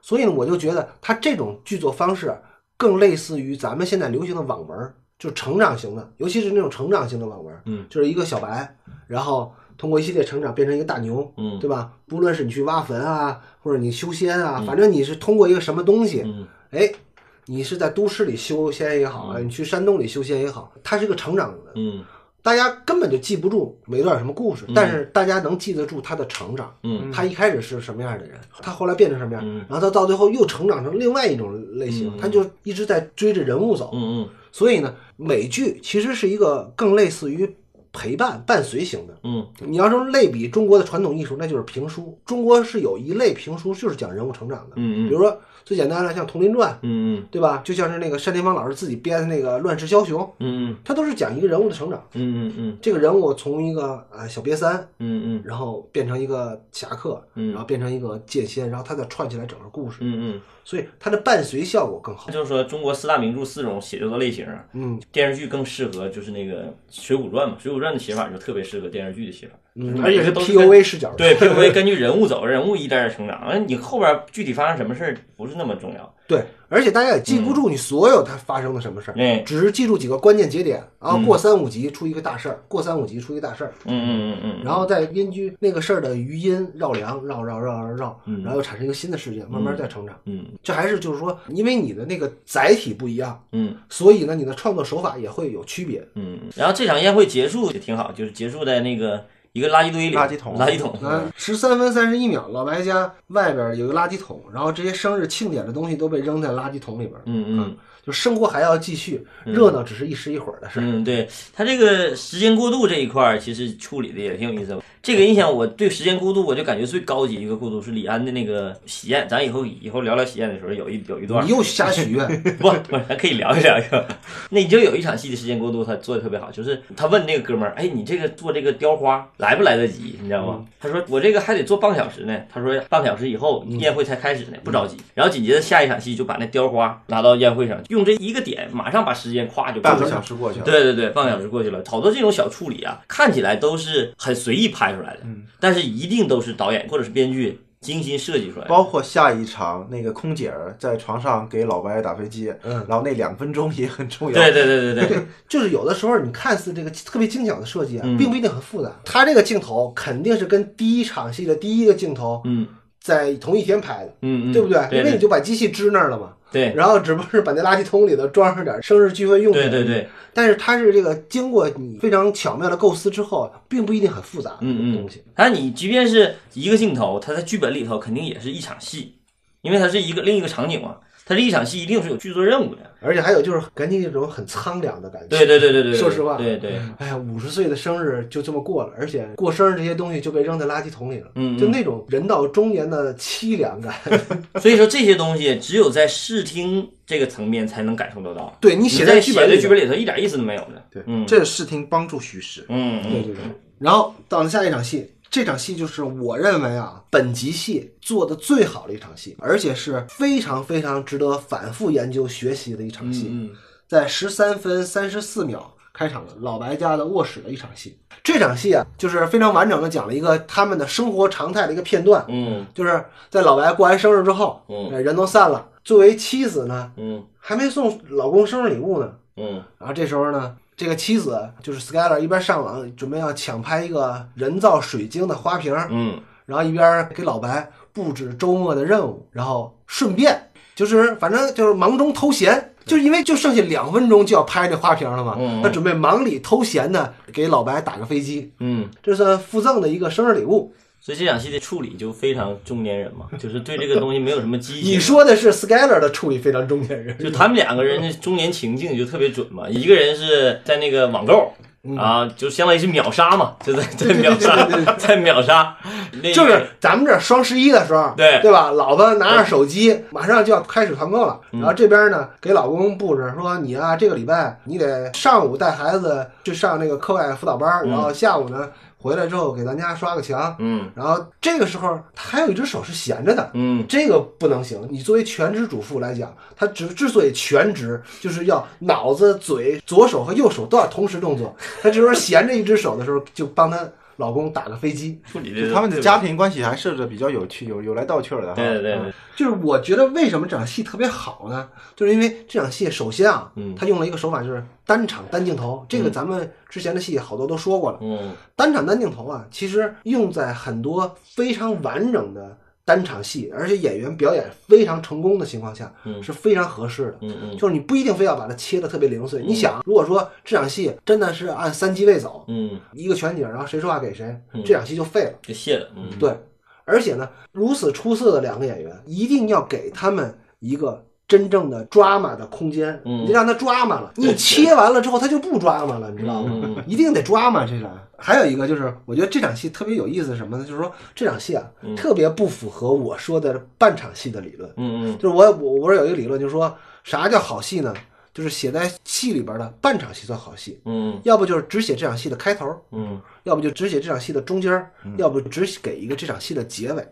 [SPEAKER 1] 所以呢，我就觉得它这种剧作方式更类似于咱们现在流行的网文儿，就是成长型的，尤其是那种成长型的网文，
[SPEAKER 2] 嗯，
[SPEAKER 1] 就是一个小白，然后通过一系列成长变成一个大牛，
[SPEAKER 2] 嗯
[SPEAKER 1] 对吧？不论是你去挖坟啊，或者你修仙啊，反正你是通过一个什么东西，
[SPEAKER 2] 嗯
[SPEAKER 1] 哎，你是在都市里修仙也好啊，你去山洞里修仙也好，它是一个成长的，
[SPEAKER 2] 嗯
[SPEAKER 1] 大家根本就记不住每段什么故事，但是大家能记得住他的成长。
[SPEAKER 2] 嗯，
[SPEAKER 1] 他一开始是什么样的人，他后来变成什么样，
[SPEAKER 2] 嗯
[SPEAKER 1] 然后他到最后又成长成另外一种类型，
[SPEAKER 2] 嗯
[SPEAKER 1] 他就一直在追着人物走。
[SPEAKER 2] 嗯
[SPEAKER 1] 所以呢，美剧其实是一个更类似于陪伴、伴随型的。
[SPEAKER 2] 嗯
[SPEAKER 1] 你要说类比中国的传统艺术，那就是评书。中国是有一类评书就是讲人物成长的，
[SPEAKER 2] 嗯
[SPEAKER 1] 比如说最简单的像《佟林传》，
[SPEAKER 2] 嗯
[SPEAKER 1] 对吧？就像是那个单田芳老师自己编的那个《乱世枭雄》，
[SPEAKER 2] 嗯嗯
[SPEAKER 1] 他都是讲一个人物的成长。
[SPEAKER 2] 嗯嗯
[SPEAKER 1] 这个人物从一个呃小瘪三，
[SPEAKER 2] 嗯嗯
[SPEAKER 1] 然后变成一个侠客，
[SPEAKER 2] 嗯
[SPEAKER 1] 然后变成一个剑仙，然后他再串起来整个故事，
[SPEAKER 2] 嗯
[SPEAKER 1] 所以它的伴随效果更好
[SPEAKER 2] 嗯，。就是说中国四大名著四种写作的类型，
[SPEAKER 1] 嗯，
[SPEAKER 2] 电视剧更适合就是那个《水浒传》嘛，《水浒传》的写法就特别适合电视剧的写法，
[SPEAKER 1] 嗯，而且是
[SPEAKER 2] 都是
[SPEAKER 1] P O A 视角的，
[SPEAKER 2] 对，并不会根据人物走，人物一点点成长，而你后边具体发生什么事儿不是那么重要。
[SPEAKER 1] 对，而且大家也记不住你所有它发生的什么事儿，
[SPEAKER 2] 哎，
[SPEAKER 1] 只是记住几个关键节点，然后过三五集出一个大事儿，过三五集出一个大事儿，
[SPEAKER 2] 嗯嗯嗯嗯，
[SPEAKER 1] 然后再根据那个事儿的余音绕梁，绕绕绕绕绕，然后又产生一个新的事件，慢慢再成长。
[SPEAKER 2] 嗯
[SPEAKER 1] 这还是就是说，因为你的那个载体不一样，
[SPEAKER 2] 嗯
[SPEAKER 1] 所以呢，你的创作手法也会有区别。
[SPEAKER 2] 嗯，然后这场宴会结束也挺好，就是结束在那个一个垃圾堆里，
[SPEAKER 3] 垃圾桶嗯
[SPEAKER 2] 垃圾桶，
[SPEAKER 1] 啊，十三分三十一秒，老白家外边有一个垃圾桶，然后这些生日庆典的东西都被扔在垃圾桶里边。
[SPEAKER 2] 嗯嗯。
[SPEAKER 1] 就生活还要继续，热闹只是一时一会儿的事儿。
[SPEAKER 2] 嗯，对他这个时间过渡这一块儿，其实处理的也挺有意思的。这个印象我对时间过渡，我就感觉最高级一个过渡是李安的那个喜宴，咱以后以后聊聊喜宴的时候有一有一段
[SPEAKER 1] 你，又瞎许愿，
[SPEAKER 2] <laughs> 不，我还可以聊一聊一个。那你就有一场戏的时间过渡，他做的特别好，就是他问那个哥们儿，哎，你这个做这个雕花来不来得及？你知道吗？他说我这个还得做半个小时呢。他说半个小时以后宴会才开始呢，不着急。然后紧接着下一场戏就把那雕花拿到宴会上，用这一个点马上把时间咵就过
[SPEAKER 3] 半
[SPEAKER 2] 去
[SPEAKER 3] 个
[SPEAKER 2] 了
[SPEAKER 3] 小时过去了，
[SPEAKER 2] 对对对，半个小时过去了，好多这种小处理啊，看起来都是很随意拍出来的，但是一定都是导演或者是编剧精心设计出来的。
[SPEAKER 3] 包括下一场那个空姐儿在床上给老白打飞机，
[SPEAKER 1] 嗯，
[SPEAKER 3] 然后那两分钟也很重要。
[SPEAKER 2] 对对对对对，
[SPEAKER 1] 就是有的时候你看似这个特别精巧的设计啊
[SPEAKER 2] 嗯，
[SPEAKER 1] 并不一定很复杂。他这个镜头肯定是跟第一场戏的第一个镜头
[SPEAKER 2] 嗯
[SPEAKER 1] 在同一天拍的，
[SPEAKER 2] 嗯嗯，
[SPEAKER 1] 对不对？
[SPEAKER 2] 对
[SPEAKER 1] 因为你
[SPEAKER 2] 对
[SPEAKER 1] 就把机器支那儿了嘛，
[SPEAKER 2] 对
[SPEAKER 1] 然后只不过是把那垃圾桶里头装上点生日聚会用品。
[SPEAKER 2] <laughs> 对对。对，
[SPEAKER 1] 但是它是这个经过你非常巧妙的构思之后，并不一定很复杂。
[SPEAKER 2] 嗯嗯
[SPEAKER 1] 东西，
[SPEAKER 2] 然后你即便是一个镜头，它在剧本里头肯定也是一场戏，因为它是一个另一个场景嘛，它是一场戏一定是有剧作任务的。
[SPEAKER 1] 而且还有就是给你一种很苍凉的感觉。
[SPEAKER 2] 嗯对对对对对，对
[SPEAKER 1] 说实话
[SPEAKER 2] 对对，
[SPEAKER 1] 哎呀，五十岁的生日就这么过了，而且过生日这些东西就被扔在垃圾桶里了，
[SPEAKER 2] 嗯嗯
[SPEAKER 1] 就那种人到中年的凄凉感。
[SPEAKER 2] 所以说这些东西只有在视听这个层面才能感受得到，
[SPEAKER 1] 对你
[SPEAKER 2] 你
[SPEAKER 1] 写
[SPEAKER 2] 在
[SPEAKER 1] 剧
[SPEAKER 2] 写
[SPEAKER 1] 本
[SPEAKER 2] 在
[SPEAKER 1] 里，
[SPEAKER 2] 剧本里头一点意思都没有的。
[SPEAKER 3] 对
[SPEAKER 2] 嗯
[SPEAKER 3] 这视听帮助叙事。
[SPEAKER 2] 嗯嗯
[SPEAKER 1] 对对对。然后到了下一场戏，这场戏就是我认为啊，本集戏做的最好的一场戏，而且是非常非常值得反复研究学习的一场戏。
[SPEAKER 2] 嗯
[SPEAKER 1] 在十三分三十四秒开场了老白家的卧室的一场戏。这场戏啊，就是非常完整的讲了一个他们的生活常态的一个片段，
[SPEAKER 2] 嗯
[SPEAKER 1] 就是在老白过完生日之后，
[SPEAKER 2] 嗯
[SPEAKER 1] 呃人都散了，作为妻子呢，
[SPEAKER 2] 嗯
[SPEAKER 1] 还没送老公生日礼物呢。
[SPEAKER 2] 嗯
[SPEAKER 1] 然后这时候呢，这个妻子就是 Skyler 一边上网准备要抢拍一个人造水晶的花瓶，
[SPEAKER 2] 嗯
[SPEAKER 1] 然后一边给老白布置周末的任务，然后顺便就是反正就是忙中偷闲，就因为就剩下两分钟就要拍这花瓶了嘛
[SPEAKER 2] 嗯嗯，
[SPEAKER 1] 他准备忙里偷闲的给老白打个飞机，
[SPEAKER 2] 嗯，
[SPEAKER 1] 这算附赠的一个生日礼物。
[SPEAKER 2] 所以这场戏的处理就非常中年人嘛，就是对这个东西没有什么激情。
[SPEAKER 1] 你说的是 Skyler 的处理非常中年人，
[SPEAKER 2] <laughs> 就他们两个人的中年情境就特别准
[SPEAKER 3] <laughs>
[SPEAKER 2] 嘛，一个人是在那个网购。
[SPEAKER 3] 嗯
[SPEAKER 2] 啊，就相当于是秒杀嘛， <laughs> 就在
[SPEAKER 3] <laughs>
[SPEAKER 2] 在秒杀，在秒杀，那个
[SPEAKER 1] 就是咱们这双十一的时候，
[SPEAKER 2] <laughs> 对
[SPEAKER 1] 对吧？老婆拿着手机，马上就要开始团购了。然后这边呢，给老公布置说，你啊，这个礼拜你得上午带孩子去上那个课外辅导班，然后下午呢回来之后给咱家刷个墙。
[SPEAKER 2] 嗯
[SPEAKER 1] 然后这个时候，他还有一只手是闲着的。
[SPEAKER 2] 嗯
[SPEAKER 1] 这个不能行。你作为全职主妇来讲，她之之所以全职，就是要脑子、嘴、左手和右手都要同时动作。她这时候闲着一只手的时候，就帮她老公打个飞机。
[SPEAKER 2] 处理
[SPEAKER 3] 就
[SPEAKER 2] 的
[SPEAKER 3] 他们的家，庭关系还设置得比较有趣，有有来道去儿的哈。
[SPEAKER 2] 对对对
[SPEAKER 3] 嗯
[SPEAKER 2] 对，
[SPEAKER 1] 就是我觉得为什么这场戏特别好呢？就是因为这场戏首先啊，
[SPEAKER 2] 嗯
[SPEAKER 1] 他用了一个手法就是单场单镜头，这个咱们之前的戏好多都说过了。
[SPEAKER 2] 嗯
[SPEAKER 1] 单场单镜头啊，其实用在很多非常完整的单场戏，而且演员表演非常成功的情况下，
[SPEAKER 2] 嗯
[SPEAKER 1] 是非常合适的。
[SPEAKER 2] 嗯嗯
[SPEAKER 1] 就是你不一定非要把它切的特别零碎。你想，如果说这场戏真的是按三机位走，
[SPEAKER 2] 嗯，
[SPEAKER 1] 一个全景，然后谁说话给谁
[SPEAKER 2] 嗯，
[SPEAKER 1] 这场戏就废了。
[SPEAKER 2] 就谢了，嗯，
[SPEAKER 1] 对，而且呢，如此出色的两个演员，一定要给他们一个真正的抓马的空间，
[SPEAKER 2] 嗯
[SPEAKER 1] 你让他抓马了，你切完了之后他就不抓马了，你知道吗？
[SPEAKER 2] 嗯嗯嗯
[SPEAKER 1] 一定得抓马这场。还有一个就是，我觉得这场戏特别有意思是什么呢？就是说这场戏啊，特别不符合我说的半场戏的理论。
[SPEAKER 2] 嗯
[SPEAKER 1] 就是我我我有一个理论，就是说啥叫好戏呢？就是写在戏里边的半场戏算好戏，
[SPEAKER 2] 嗯
[SPEAKER 1] 要不就是只写这场戏的开头，
[SPEAKER 2] 嗯嗯
[SPEAKER 1] 要不就只写这场戏的中间儿，要不只给一个这场戏的结尾。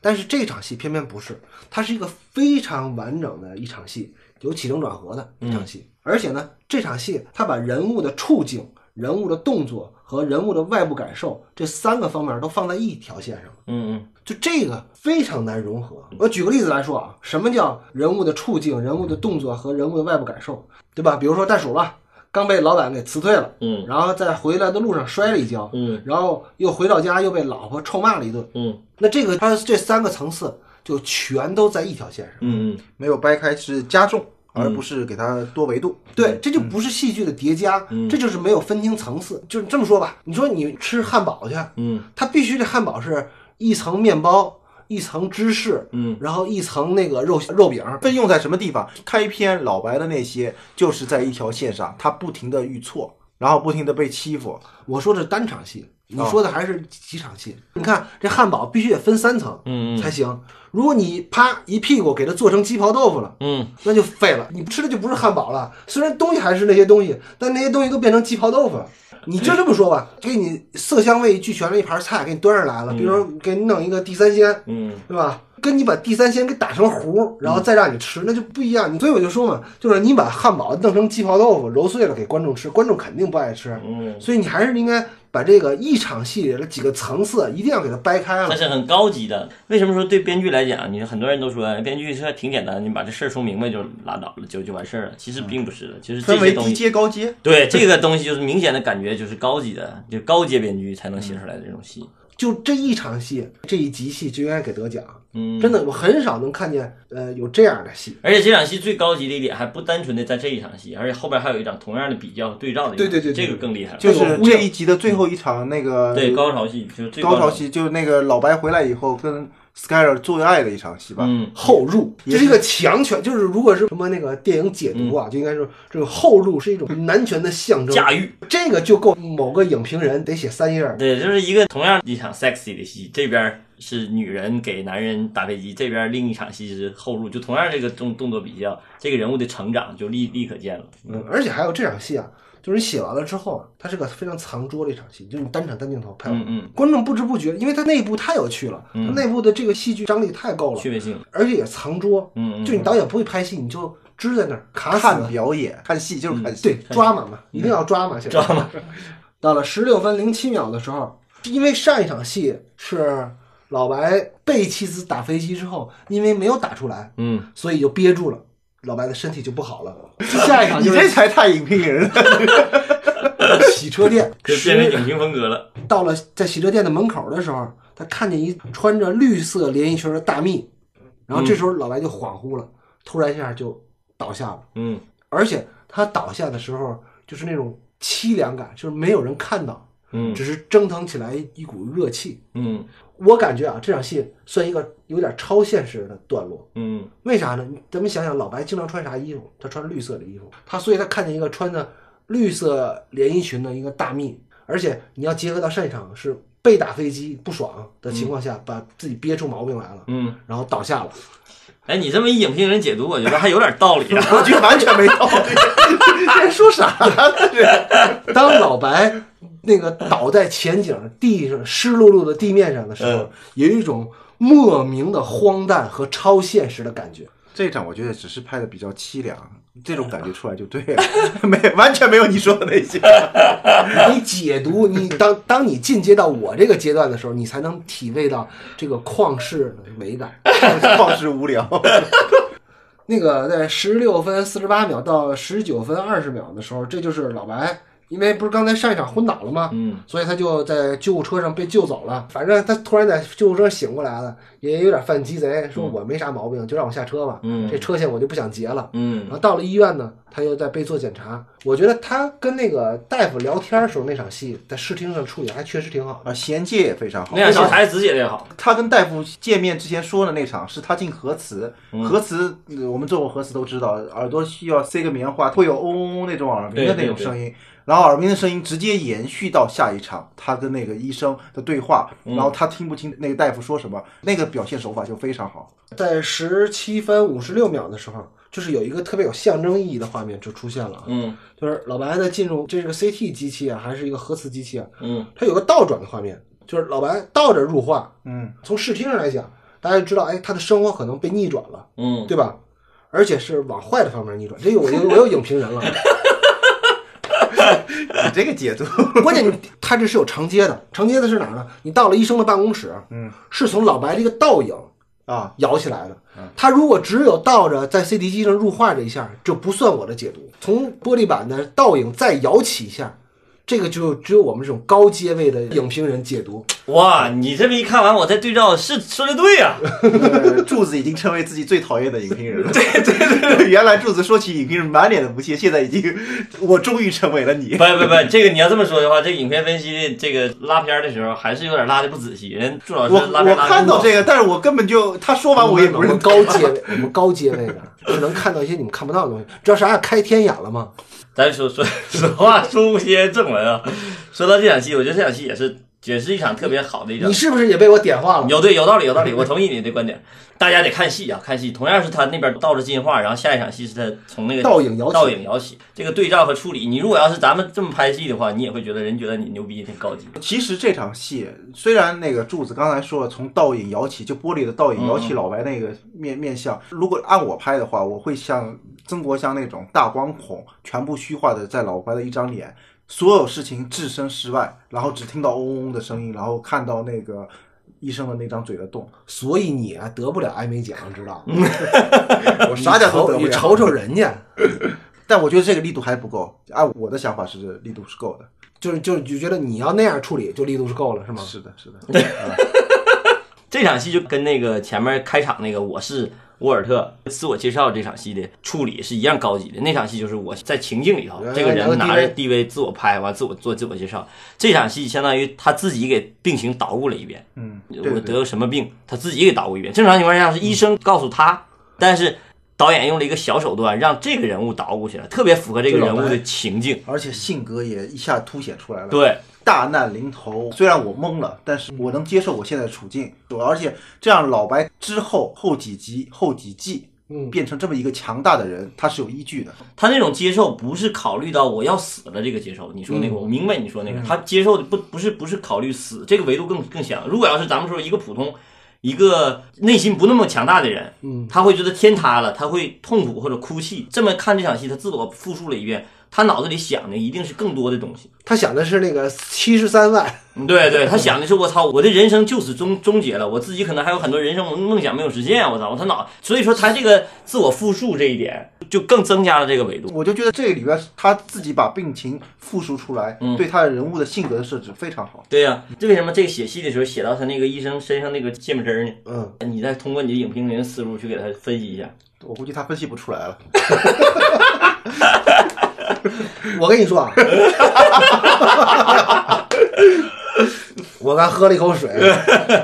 [SPEAKER 1] 但是这场戏偏偏不是，它是一个非常完整的一场戏，有起承转合的一场戏。而且呢，这场戏它把人物的处境、人物的动作和人物的外部感受这三个方面都放在一条线上了。
[SPEAKER 2] 嗯
[SPEAKER 1] 就这个非常难融合。我举个例子来说啊，什么叫人物的处境、人物的动作和人物的外部感受，对吧？比如说袋鼠吧，刚被老板给辞退了，
[SPEAKER 2] 嗯
[SPEAKER 1] 然后在回来的路上摔了一跤，
[SPEAKER 2] 嗯
[SPEAKER 1] 然后又回到家又被老婆臭骂了一顿。
[SPEAKER 2] 嗯
[SPEAKER 1] 那这个他这三个层次就全都在一条线上。
[SPEAKER 2] 嗯
[SPEAKER 3] 没有掰开是加重，而不是给它多维度。
[SPEAKER 2] 嗯
[SPEAKER 1] 对，这就不是戏剧的叠加，这就是没有分清层次。就是这么说吧，你说你吃汉堡去，
[SPEAKER 2] 嗯
[SPEAKER 1] 它必须这汉堡是一层面包，一层芝士，
[SPEAKER 2] 嗯，
[SPEAKER 1] 然后一层那个肉肉饼，
[SPEAKER 3] 被用在什么地方？开篇老白的那些就是在一条线上，他不停的遇错，然后不停的被欺负。
[SPEAKER 1] 我说的是单场戏，你说的还是几场戏？你看这汉堡必须得分三层，
[SPEAKER 2] 嗯嗯
[SPEAKER 1] 才行。如果你啪一屁股给它做成鸡刨豆腐了，
[SPEAKER 2] 嗯
[SPEAKER 1] 那就废了，你吃的就不是汉堡了。虽然东西还是那些东西，但那些东西都变成鸡刨豆腐了。你就这么说吧，给你色香味俱全的一盘菜给你端上来了，比如说给你弄一个地三鲜，
[SPEAKER 2] 嗯
[SPEAKER 1] 对吧？跟你把地三鲜给打成糊，然后再让你吃，那就不一样。你所以我就说嘛，就是你把汉堡弄成鸡刨豆腐，揉碎了给观众吃，观众肯定不爱吃。
[SPEAKER 2] 嗯，
[SPEAKER 1] 所以你还是应该把这个一场戏里的几个层次一定要给它掰开
[SPEAKER 2] 它
[SPEAKER 1] 了。
[SPEAKER 2] 是很高级的。为什么说对编剧来讲，你很多人都说哎编剧是挺简单，你把这事儿说明白就拉倒了，就就完事儿了。其实并不是的，其实这
[SPEAKER 3] 分
[SPEAKER 2] 些
[SPEAKER 3] 为
[SPEAKER 2] 东
[SPEAKER 3] 低
[SPEAKER 2] 西。
[SPEAKER 3] 阶、高阶。
[SPEAKER 2] 对这个东西，就是明显的感觉就是高级的，就高阶编剧才能写出来的这种戏。
[SPEAKER 1] 就这一场戏，这一集戏就应该给得奖。
[SPEAKER 2] 嗯，
[SPEAKER 1] 真的，我很少能看见呃有这样的戏。
[SPEAKER 2] 而且这场戏最高级的一点还不单纯的在这一场戏，而且后边还有一场同样的比较和对照的一场戏，
[SPEAKER 1] 对对对对
[SPEAKER 2] 这个更厉害了。
[SPEAKER 3] 就是这一集的最后一场，那个
[SPEAKER 2] 对高潮戏就是最
[SPEAKER 3] 高潮
[SPEAKER 2] 潮，
[SPEAKER 3] 戏，就是那个老白回来以后跟 Skyler 做爱的一场戏吧。
[SPEAKER 2] 嗯
[SPEAKER 1] 后入，这是一个强权，就是如果是什么那个电影解读啊，就应该说这个后入是一种男权的象征，
[SPEAKER 2] 驾驭，
[SPEAKER 1] 这个就够某个影评人得写三页儿。
[SPEAKER 2] 对，就是一个同样一场 sexy 的戏，这边是女人给男人打飞机，这边另一场戏是后入，就同样这个动动作比较，这个人物的成长就立立可见了。
[SPEAKER 1] 嗯，而且还有这场戏啊，就是你写完了之后啊，它是个非常藏拙的一场戏，就是你单场单镜头拍完，
[SPEAKER 2] 嗯嗯，
[SPEAKER 1] 观众不知不觉，因为它内部太有趣了，它内部的这个戏剧张力太够了
[SPEAKER 2] 趣，味性，
[SPEAKER 1] 而且也藏拙，
[SPEAKER 2] 嗯嗯
[SPEAKER 1] 就你导演不会拍戏，你就支在那儿卡死
[SPEAKER 3] 看
[SPEAKER 1] 了，
[SPEAKER 3] 表演，看戏就是看戏。
[SPEAKER 1] 对，抓马嘛，一定要抓马，现在
[SPEAKER 2] 嗯抓马。
[SPEAKER 1] 到了十六分零七秒的时候，因为上一场戏是老白被妻子打飞机之后，因为没有打出来，
[SPEAKER 2] 嗯，
[SPEAKER 1] 所以就憋住了，老白的身体就不好了。下一场
[SPEAKER 3] 你
[SPEAKER 1] 就
[SPEAKER 3] 这
[SPEAKER 1] 是
[SPEAKER 3] 才太影评人了。
[SPEAKER 1] 洗车
[SPEAKER 2] <laughs>
[SPEAKER 1] 店，
[SPEAKER 2] 就变成
[SPEAKER 1] 十
[SPEAKER 2] 影评风格了。
[SPEAKER 1] 到了在洗车店的门口的时候，他看见一穿着绿色连衣裙的大蜜，然后这时候老白就恍惚了，突然一下就倒下了，
[SPEAKER 2] 嗯
[SPEAKER 1] 而且他倒下的时候就是那种凄凉感，就是没有人看到，
[SPEAKER 2] 嗯
[SPEAKER 1] 只是蒸腾起来一股热气。
[SPEAKER 2] 嗯
[SPEAKER 1] 我感觉啊，这场戏算一个有点超现实的段落。
[SPEAKER 2] 嗯
[SPEAKER 1] 为啥呢？咱们想想，老白经常穿啥衣服？他穿绿色的衣服，他所以他看见一个穿着绿色连衣裙的一个大蜜，而且你要结合到上一场是被打飞机不爽的情况下，把自己憋出毛病来了，
[SPEAKER 2] 嗯，
[SPEAKER 1] 然后倒下了。 <laughs>
[SPEAKER 2] 哎，你这么一影评人解读，我觉得还有点道理
[SPEAKER 3] <laughs>
[SPEAKER 2] 啊。
[SPEAKER 3] 我觉得完全没道理，这人说啥呢？这
[SPEAKER 1] 当老白那个倒在前景地上湿漉漉的地面上的时候
[SPEAKER 2] 嗯，
[SPEAKER 1] 有一种莫名的荒诞和超现实的感觉。
[SPEAKER 3] 这一场我觉得只是拍的比较凄凉，这种感觉出来就对了，没完全没有你说的那些。
[SPEAKER 1] 你解读，你当当你进阶到我这个阶段的时候，你才能体味到这个旷世的美感。
[SPEAKER 3] 旷世无聊。
[SPEAKER 1] 那个在十六分四十八秒到十九分二十秒的时候，这就是老白因为不是刚才上一场昏倒了吗？
[SPEAKER 2] 嗯，
[SPEAKER 1] 所以他就在救护车上被救走了。反正他突然在救护车醒过来了，也有点犯鸡贼，说我没啥毛病，就让我下车吧。
[SPEAKER 2] 嗯
[SPEAKER 1] 这车钱我就不想结了。
[SPEAKER 2] 嗯
[SPEAKER 1] 然后到了医院呢，他又在被做检查。我觉得他跟那个大夫聊天的时候那场戏，在视听上处理还确实挺好的。
[SPEAKER 3] 啊，衔接也非常好。
[SPEAKER 2] 那场
[SPEAKER 3] 非
[SPEAKER 2] 戏
[SPEAKER 3] 常好
[SPEAKER 2] 台词写的也好，
[SPEAKER 3] 他跟大夫见面之前说的那场是他进核磁，
[SPEAKER 2] 嗯
[SPEAKER 3] 核磁、呃我们做过核磁都知道，耳朵需要塞个棉花，会有嗡嗡嗡那种耳鸣的
[SPEAKER 2] 对对
[SPEAKER 3] 那种声音，然后耳鸣的声音直接延续到下一场他跟那个医生的对话，
[SPEAKER 2] 嗯
[SPEAKER 3] 然后他听不清那个大夫说什么，那个表现手法就非常好。
[SPEAKER 1] 在十七分五十六秒的时候，就是有一个特别有象征意义的画面就出现了啊，
[SPEAKER 2] 嗯
[SPEAKER 1] 就是老白在进入这是个 CT 机器啊，还是一个核磁机器啊，
[SPEAKER 2] 嗯
[SPEAKER 1] 它有个倒转的画面，就是老白倒着入画。
[SPEAKER 3] 嗯，
[SPEAKER 1] 从视听上来讲，大家就知道，哎，他的生活可能被逆转了，
[SPEAKER 2] 嗯，
[SPEAKER 1] 对吧？而且是往坏的方面逆转，这个我有我有影评人了。
[SPEAKER 3] 你这个解读，
[SPEAKER 1] 关键你他这是有承接的，承接的是哪儿呢？你到了医生的办公室，
[SPEAKER 3] 嗯，
[SPEAKER 1] 是从老白这个倒影
[SPEAKER 3] <laughs> 啊，
[SPEAKER 1] 摇起来的。他如果只有倒着在 CT 机上入画这一下，这不算我的解读。从玻璃板的倒影再摇起一下，这个就只有我们这种高阶位的影评人解读。
[SPEAKER 2] 哇，你这么一看完，我再对照，是说的对啊呀、
[SPEAKER 3] 呃柱子已经成为自己最讨厌的影评人了。对对对， <laughs> 原来柱子说起影评人满脸的不屑，现在已经，我终于成为了你。
[SPEAKER 2] 不不不，这个你要这么说的话，这个影片分析这个拉片儿的时候，还是有点拉的不仔细。人朱老师
[SPEAKER 3] 我
[SPEAKER 2] 拉片
[SPEAKER 3] 我
[SPEAKER 2] 拉得
[SPEAKER 3] 看到
[SPEAKER 2] 更好
[SPEAKER 3] 这个，但是我根本就他说完我也不
[SPEAKER 1] 我
[SPEAKER 3] 认
[SPEAKER 1] 们
[SPEAKER 3] 同。
[SPEAKER 1] 高阶位，我们高阶位的是能看到一些你们看不到的东西。知道啥叫开天眼了吗？
[SPEAKER 2] 咱说 <laughs> 说实话，说些正文啊。说到这场戏，我觉得这场戏也是也是一场特别好的一场
[SPEAKER 1] 你。是不是也被我点化了？
[SPEAKER 2] 有对有道理有道理，我同意你的观点。大家得看戏啊，看戏。同样是他那边倒着进化，然后下一场戏是他从那个
[SPEAKER 1] 倒影摇起
[SPEAKER 2] 倒影摇起，这个对照和处理，你如果要是咱们这么拍戏的话，你也会觉得人觉得你牛逼，挺高级。
[SPEAKER 3] 其实这场戏虽然那个柱子刚才说了，从倒影摇起，就玻璃的倒影摇起老白那个面、面相，如果按我拍的话，我会像曾国祥那种大光孔，全部虚化的在老白的一张脸，所有事情置身事外，然后只听到嗡嗡的声音，然后看到那个医生的那张嘴的动，
[SPEAKER 1] 所以你啊得不了艾美奖，知道吗？
[SPEAKER 3] 我啥奖都得不
[SPEAKER 1] 嗯你
[SPEAKER 3] 了。
[SPEAKER 1] 瞅瞅人家，
[SPEAKER 3] 但我觉得这个力度还不够，按我的想法是力度是够的。
[SPEAKER 1] <laughs> 就是就是就觉得你要那样处理，就力度是够了，是吗？
[SPEAKER 3] 是的，是的。
[SPEAKER 2] 这场戏就跟那个前面开场那个我是沃尔特自我介绍这场戏的处理是一样高级的。那场戏就是我在情境里头，
[SPEAKER 1] 原来
[SPEAKER 2] 这个人拿
[SPEAKER 1] 拿个
[SPEAKER 2] 着
[SPEAKER 1] DV
[SPEAKER 2] DV 自我拍完，自我做自我介绍。这场戏相当于他自己给病情捣鼓了一遍，
[SPEAKER 3] 嗯，对
[SPEAKER 2] 我得
[SPEAKER 3] 对
[SPEAKER 2] 个什么病，他自己给捣鼓一遍。正常情况下是医生告诉他，但是导演用了一个小手段，让这个人物捣鼓起来，特别符合这个
[SPEAKER 1] 就老
[SPEAKER 2] 人物
[SPEAKER 1] 白
[SPEAKER 2] 的情境。
[SPEAKER 3] 而且性格也一下凸显出来了。
[SPEAKER 2] 对，
[SPEAKER 3] 大难临头，虽然我懵了，但是我能接受我现在的处境。对吧，而且这样老白之后后几集后几季，
[SPEAKER 1] 嗯
[SPEAKER 3] 变成这么一个强大的人，他是有依据的。
[SPEAKER 2] 他那种接受不是考虑到我要死了这个接受，你说那个，我明白你说那个，他接受的不不是不是考虑死这个维度更更小。如果要是咱们说一个普通，一个内心不那么强大的人，
[SPEAKER 1] 嗯，
[SPEAKER 2] 他会觉得天塌了，他会痛苦或者哭泣。这么看这场戏，他自我复述了一遍，他脑子里想的一定是更多的东西。
[SPEAKER 1] 他想的是那个七十三万，
[SPEAKER 2] 嗯对对，他想的是我操，我的人生就此终终结了，我自己可能还有很多人生梦梦想没有实现，我操，他脑，所以说他这个自我复述这一点就更增加了这个维度。
[SPEAKER 3] 我就觉得这里边他自己把病情复述出来，对他的人物的性格的设置非常好。
[SPEAKER 2] 对呀、这为什么这个写戏的时候写到他那个医生身上那个芥末汁儿呢？
[SPEAKER 1] 嗯，
[SPEAKER 2] 你再通过你的影评人思路去给他分析一下。
[SPEAKER 3] 我估计他分析不出来了。
[SPEAKER 1] 我跟你说啊， <laughs> 我刚喝了一口水，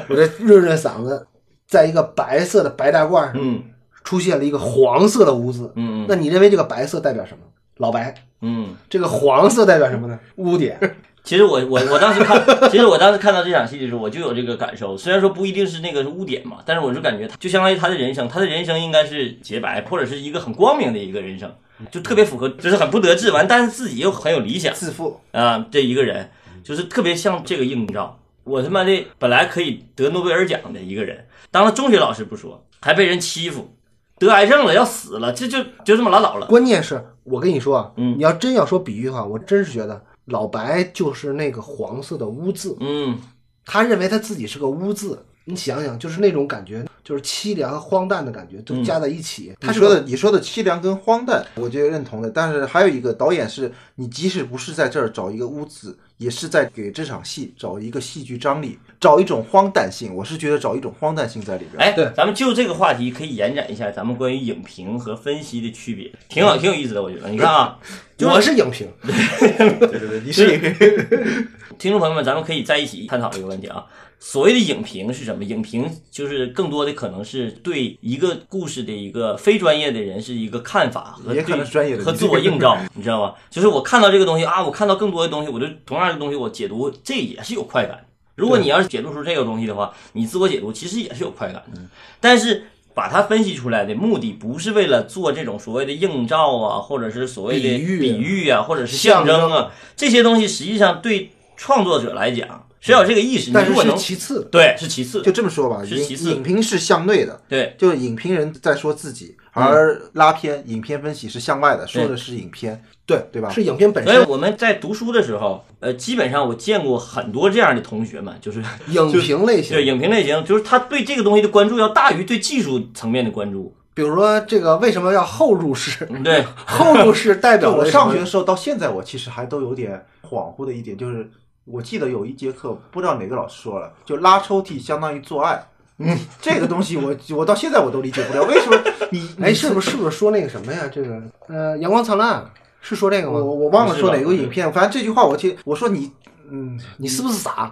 [SPEAKER 1] 我这润润嗓子，在一个白色的白大褂上
[SPEAKER 2] 嗯
[SPEAKER 1] 出现了一个黄色的污渍，
[SPEAKER 2] 嗯
[SPEAKER 1] 那你认为这个白色代表什么？老白，
[SPEAKER 2] 嗯，
[SPEAKER 1] 这个黄色代表什么呢？污点。
[SPEAKER 2] 其实我我我当时看，其实我当时看到这场戏的时候，我就有这个感受。虽然说不一定是那个是污点嘛，但是我就感觉他就相当于他的人生，他的人生应该是洁白或者是一个很光明的一个人生，就特别符合，就是很不得志完，但是自己又很有理想。
[SPEAKER 3] 自负，
[SPEAKER 2] 啊，这一个人就是特别像这个映照。我他妈的本来可以得诺贝尔奖的一个人，当了中学老师不说，还被人欺负，得癌症了要死了，这就就这么拉倒了。
[SPEAKER 1] 关键是我跟你说啊，
[SPEAKER 2] 嗯
[SPEAKER 1] 你要真要说比喻的话，我真是觉得老白就是那个黄色的污渍，
[SPEAKER 2] 嗯
[SPEAKER 1] 他认为他自己是个污渍，你想想，就是那种感觉，就是凄凉和荒诞的感觉
[SPEAKER 2] 嗯
[SPEAKER 1] 都加在一起。
[SPEAKER 3] 他
[SPEAKER 1] 他
[SPEAKER 3] 说的，你说的凄凉跟荒诞，我觉得认同的。但是还有一个导演是，你即使不是在这儿找一个屋子，也是在给这场戏找一个戏剧张力，找一种荒诞性。我是觉得找一种荒诞性在里边。
[SPEAKER 2] 哎
[SPEAKER 1] 对，
[SPEAKER 2] 咱们就这个话题可以延展一下，咱们关于影评和分析的区别，挺好，挺有意思的，我觉得。你看啊，
[SPEAKER 1] 我是影评，
[SPEAKER 3] 对
[SPEAKER 2] 哎
[SPEAKER 3] 对对，你是一个
[SPEAKER 2] 听众朋友们，咱们可以在一起探讨这个问题啊。所谓的影评是什么？影评就是更多的可能是对一个故事的一个非专业的人是一个看法和
[SPEAKER 3] 别
[SPEAKER 2] 对
[SPEAKER 3] 看了专业的
[SPEAKER 2] 和自我映照， <laughs> 你知道吗？就是我看到这个东西啊，我看到更多的东西，我对同样的东西我解读，这也是有快感。如果你要是解读出这个东西的话，你自我解读其实也是有快感的。但是把它分析出来的目的不是为了做这种所谓的映照啊，或者是所谓的
[SPEAKER 1] 比喻
[SPEAKER 2] 比喻啊，或者是象征啊，这些东西实际上对创作者来讲是要有这个意识。你
[SPEAKER 1] 但
[SPEAKER 2] 如
[SPEAKER 1] 是
[SPEAKER 2] 果
[SPEAKER 1] 是
[SPEAKER 2] 能
[SPEAKER 1] 其次的。
[SPEAKER 2] 对是其次，
[SPEAKER 3] 就这么说吧，
[SPEAKER 2] 是
[SPEAKER 3] 影
[SPEAKER 2] 其次
[SPEAKER 3] 影评是向内的，
[SPEAKER 2] 对嗯
[SPEAKER 3] 就是影评人在说自己，而拉片、影片分析是向外的，说的是影片，对对
[SPEAKER 2] 啊
[SPEAKER 3] 吧？
[SPEAKER 1] 是影片本
[SPEAKER 2] 所以
[SPEAKER 1] 身，
[SPEAKER 2] 我们在读书的时候，呃，基本上我见过很多这样的同学们，就是
[SPEAKER 1] 影评类
[SPEAKER 2] 对
[SPEAKER 1] 型。
[SPEAKER 2] 影评类型，就是他对这个东西的关注要大于对技术层面的关注。
[SPEAKER 1] 比如说这个为什么要后入式？
[SPEAKER 2] 嗯对，
[SPEAKER 1] 后入式代
[SPEAKER 3] 就
[SPEAKER 1] 表
[SPEAKER 3] 哎我
[SPEAKER 1] 了什么
[SPEAKER 3] 上
[SPEAKER 2] <laughs>
[SPEAKER 3] 学的时候到现在，我其实还都有点恍惚的一点，就是我记得有一节课，不知道哪个老师说了，就拉抽屉相当于做爱。嗯， <laughs> 这个东西我我到现在我都理解不了，为什么你
[SPEAKER 1] 哎，是不是是不是说那个什么呀？这个呃，阳光灿烂是说这个
[SPEAKER 3] 我
[SPEAKER 1] 吗？
[SPEAKER 3] 我忘了说哪个影片，反正这句话我听我说你嗯，
[SPEAKER 1] 你是不是傻？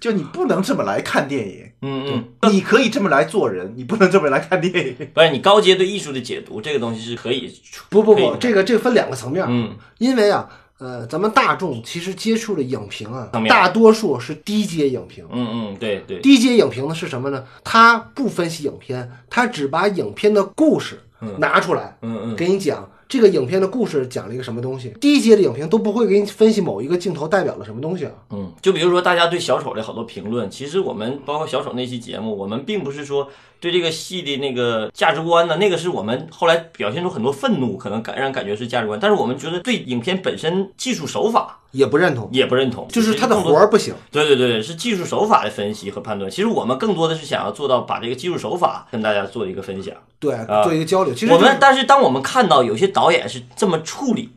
[SPEAKER 3] 就你不能这么来看电影，
[SPEAKER 2] 嗯嗯。
[SPEAKER 3] 你可以这么来做人，你不能这么来看电影。
[SPEAKER 2] 不是你高阶对艺术的解读，这个东西是可以
[SPEAKER 1] 不不
[SPEAKER 2] 可以
[SPEAKER 1] 不，这个这个分两个层面，
[SPEAKER 2] 嗯，
[SPEAKER 1] 因为啊，呃，咱们大众其实接触的影评啊
[SPEAKER 2] 层，面
[SPEAKER 1] 大多数是低阶影评。
[SPEAKER 2] 嗯嗯，对对，
[SPEAKER 1] 低阶影评呢是什么呢？他不分析影片，他只把影片的故事拿出来，
[SPEAKER 2] 嗯嗯，
[SPEAKER 1] 给你讲这个影片的故事讲了一个什么东西。低阶的影评都不会给你分析某一个镜头代表了什么东西啊。
[SPEAKER 2] 嗯，就比如说大家对小丑的好多评论，其实我们包括小丑那期节目，我们并不是说对这个戏的那个价值观呢，那个是我们后来表现出很多愤怒，可能感让感觉是价值观，但是我们觉得对影片本身技术手法
[SPEAKER 1] 也不认同，
[SPEAKER 2] 也不认同，
[SPEAKER 1] 就是他的
[SPEAKER 2] 更多
[SPEAKER 1] 活儿不行。
[SPEAKER 2] 对对对，是技术手法的分析和判断。其实我们更多的是想要做到把这个技术手法跟大家做一个分享。
[SPEAKER 1] 对，做一个交流。其实
[SPEAKER 2] 啊我
[SPEAKER 1] 就是
[SPEAKER 2] 们但是当我们看到有些导演是这么处理，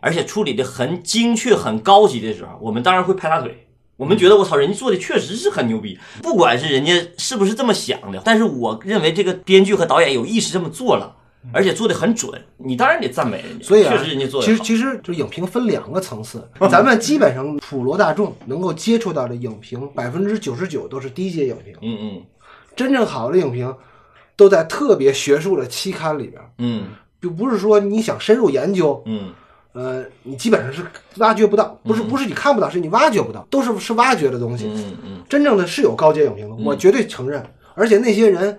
[SPEAKER 2] 而且处理的很精确、很高级的时候，我们当然会拍大腿。我们觉得我操，人家做的确实是很牛逼，不管是人家是不是这么想的，但是我认为这个编剧和导演有意识这么做了，而且做的很准，你当然得赞美人家。
[SPEAKER 1] 所以啊，
[SPEAKER 2] 确实人家做的
[SPEAKER 1] 其实其实就是影评分两个层次， <laughs> 咱们基本上普罗大众能够接触到的影评，百分之九十九都是低阶影评，
[SPEAKER 2] 嗯嗯
[SPEAKER 1] 真正好的影评都在特别学术的期刊里边，
[SPEAKER 2] 嗯
[SPEAKER 1] 就不是说你想深入研究，
[SPEAKER 2] 嗯，
[SPEAKER 1] 呃，你基本上是挖掘不到，不是不是你看不到，是你挖掘不到，都是是挖掘的东西。
[SPEAKER 2] 嗯嗯
[SPEAKER 1] 真正的是有高阶影评的，我绝对承认。而且那些人，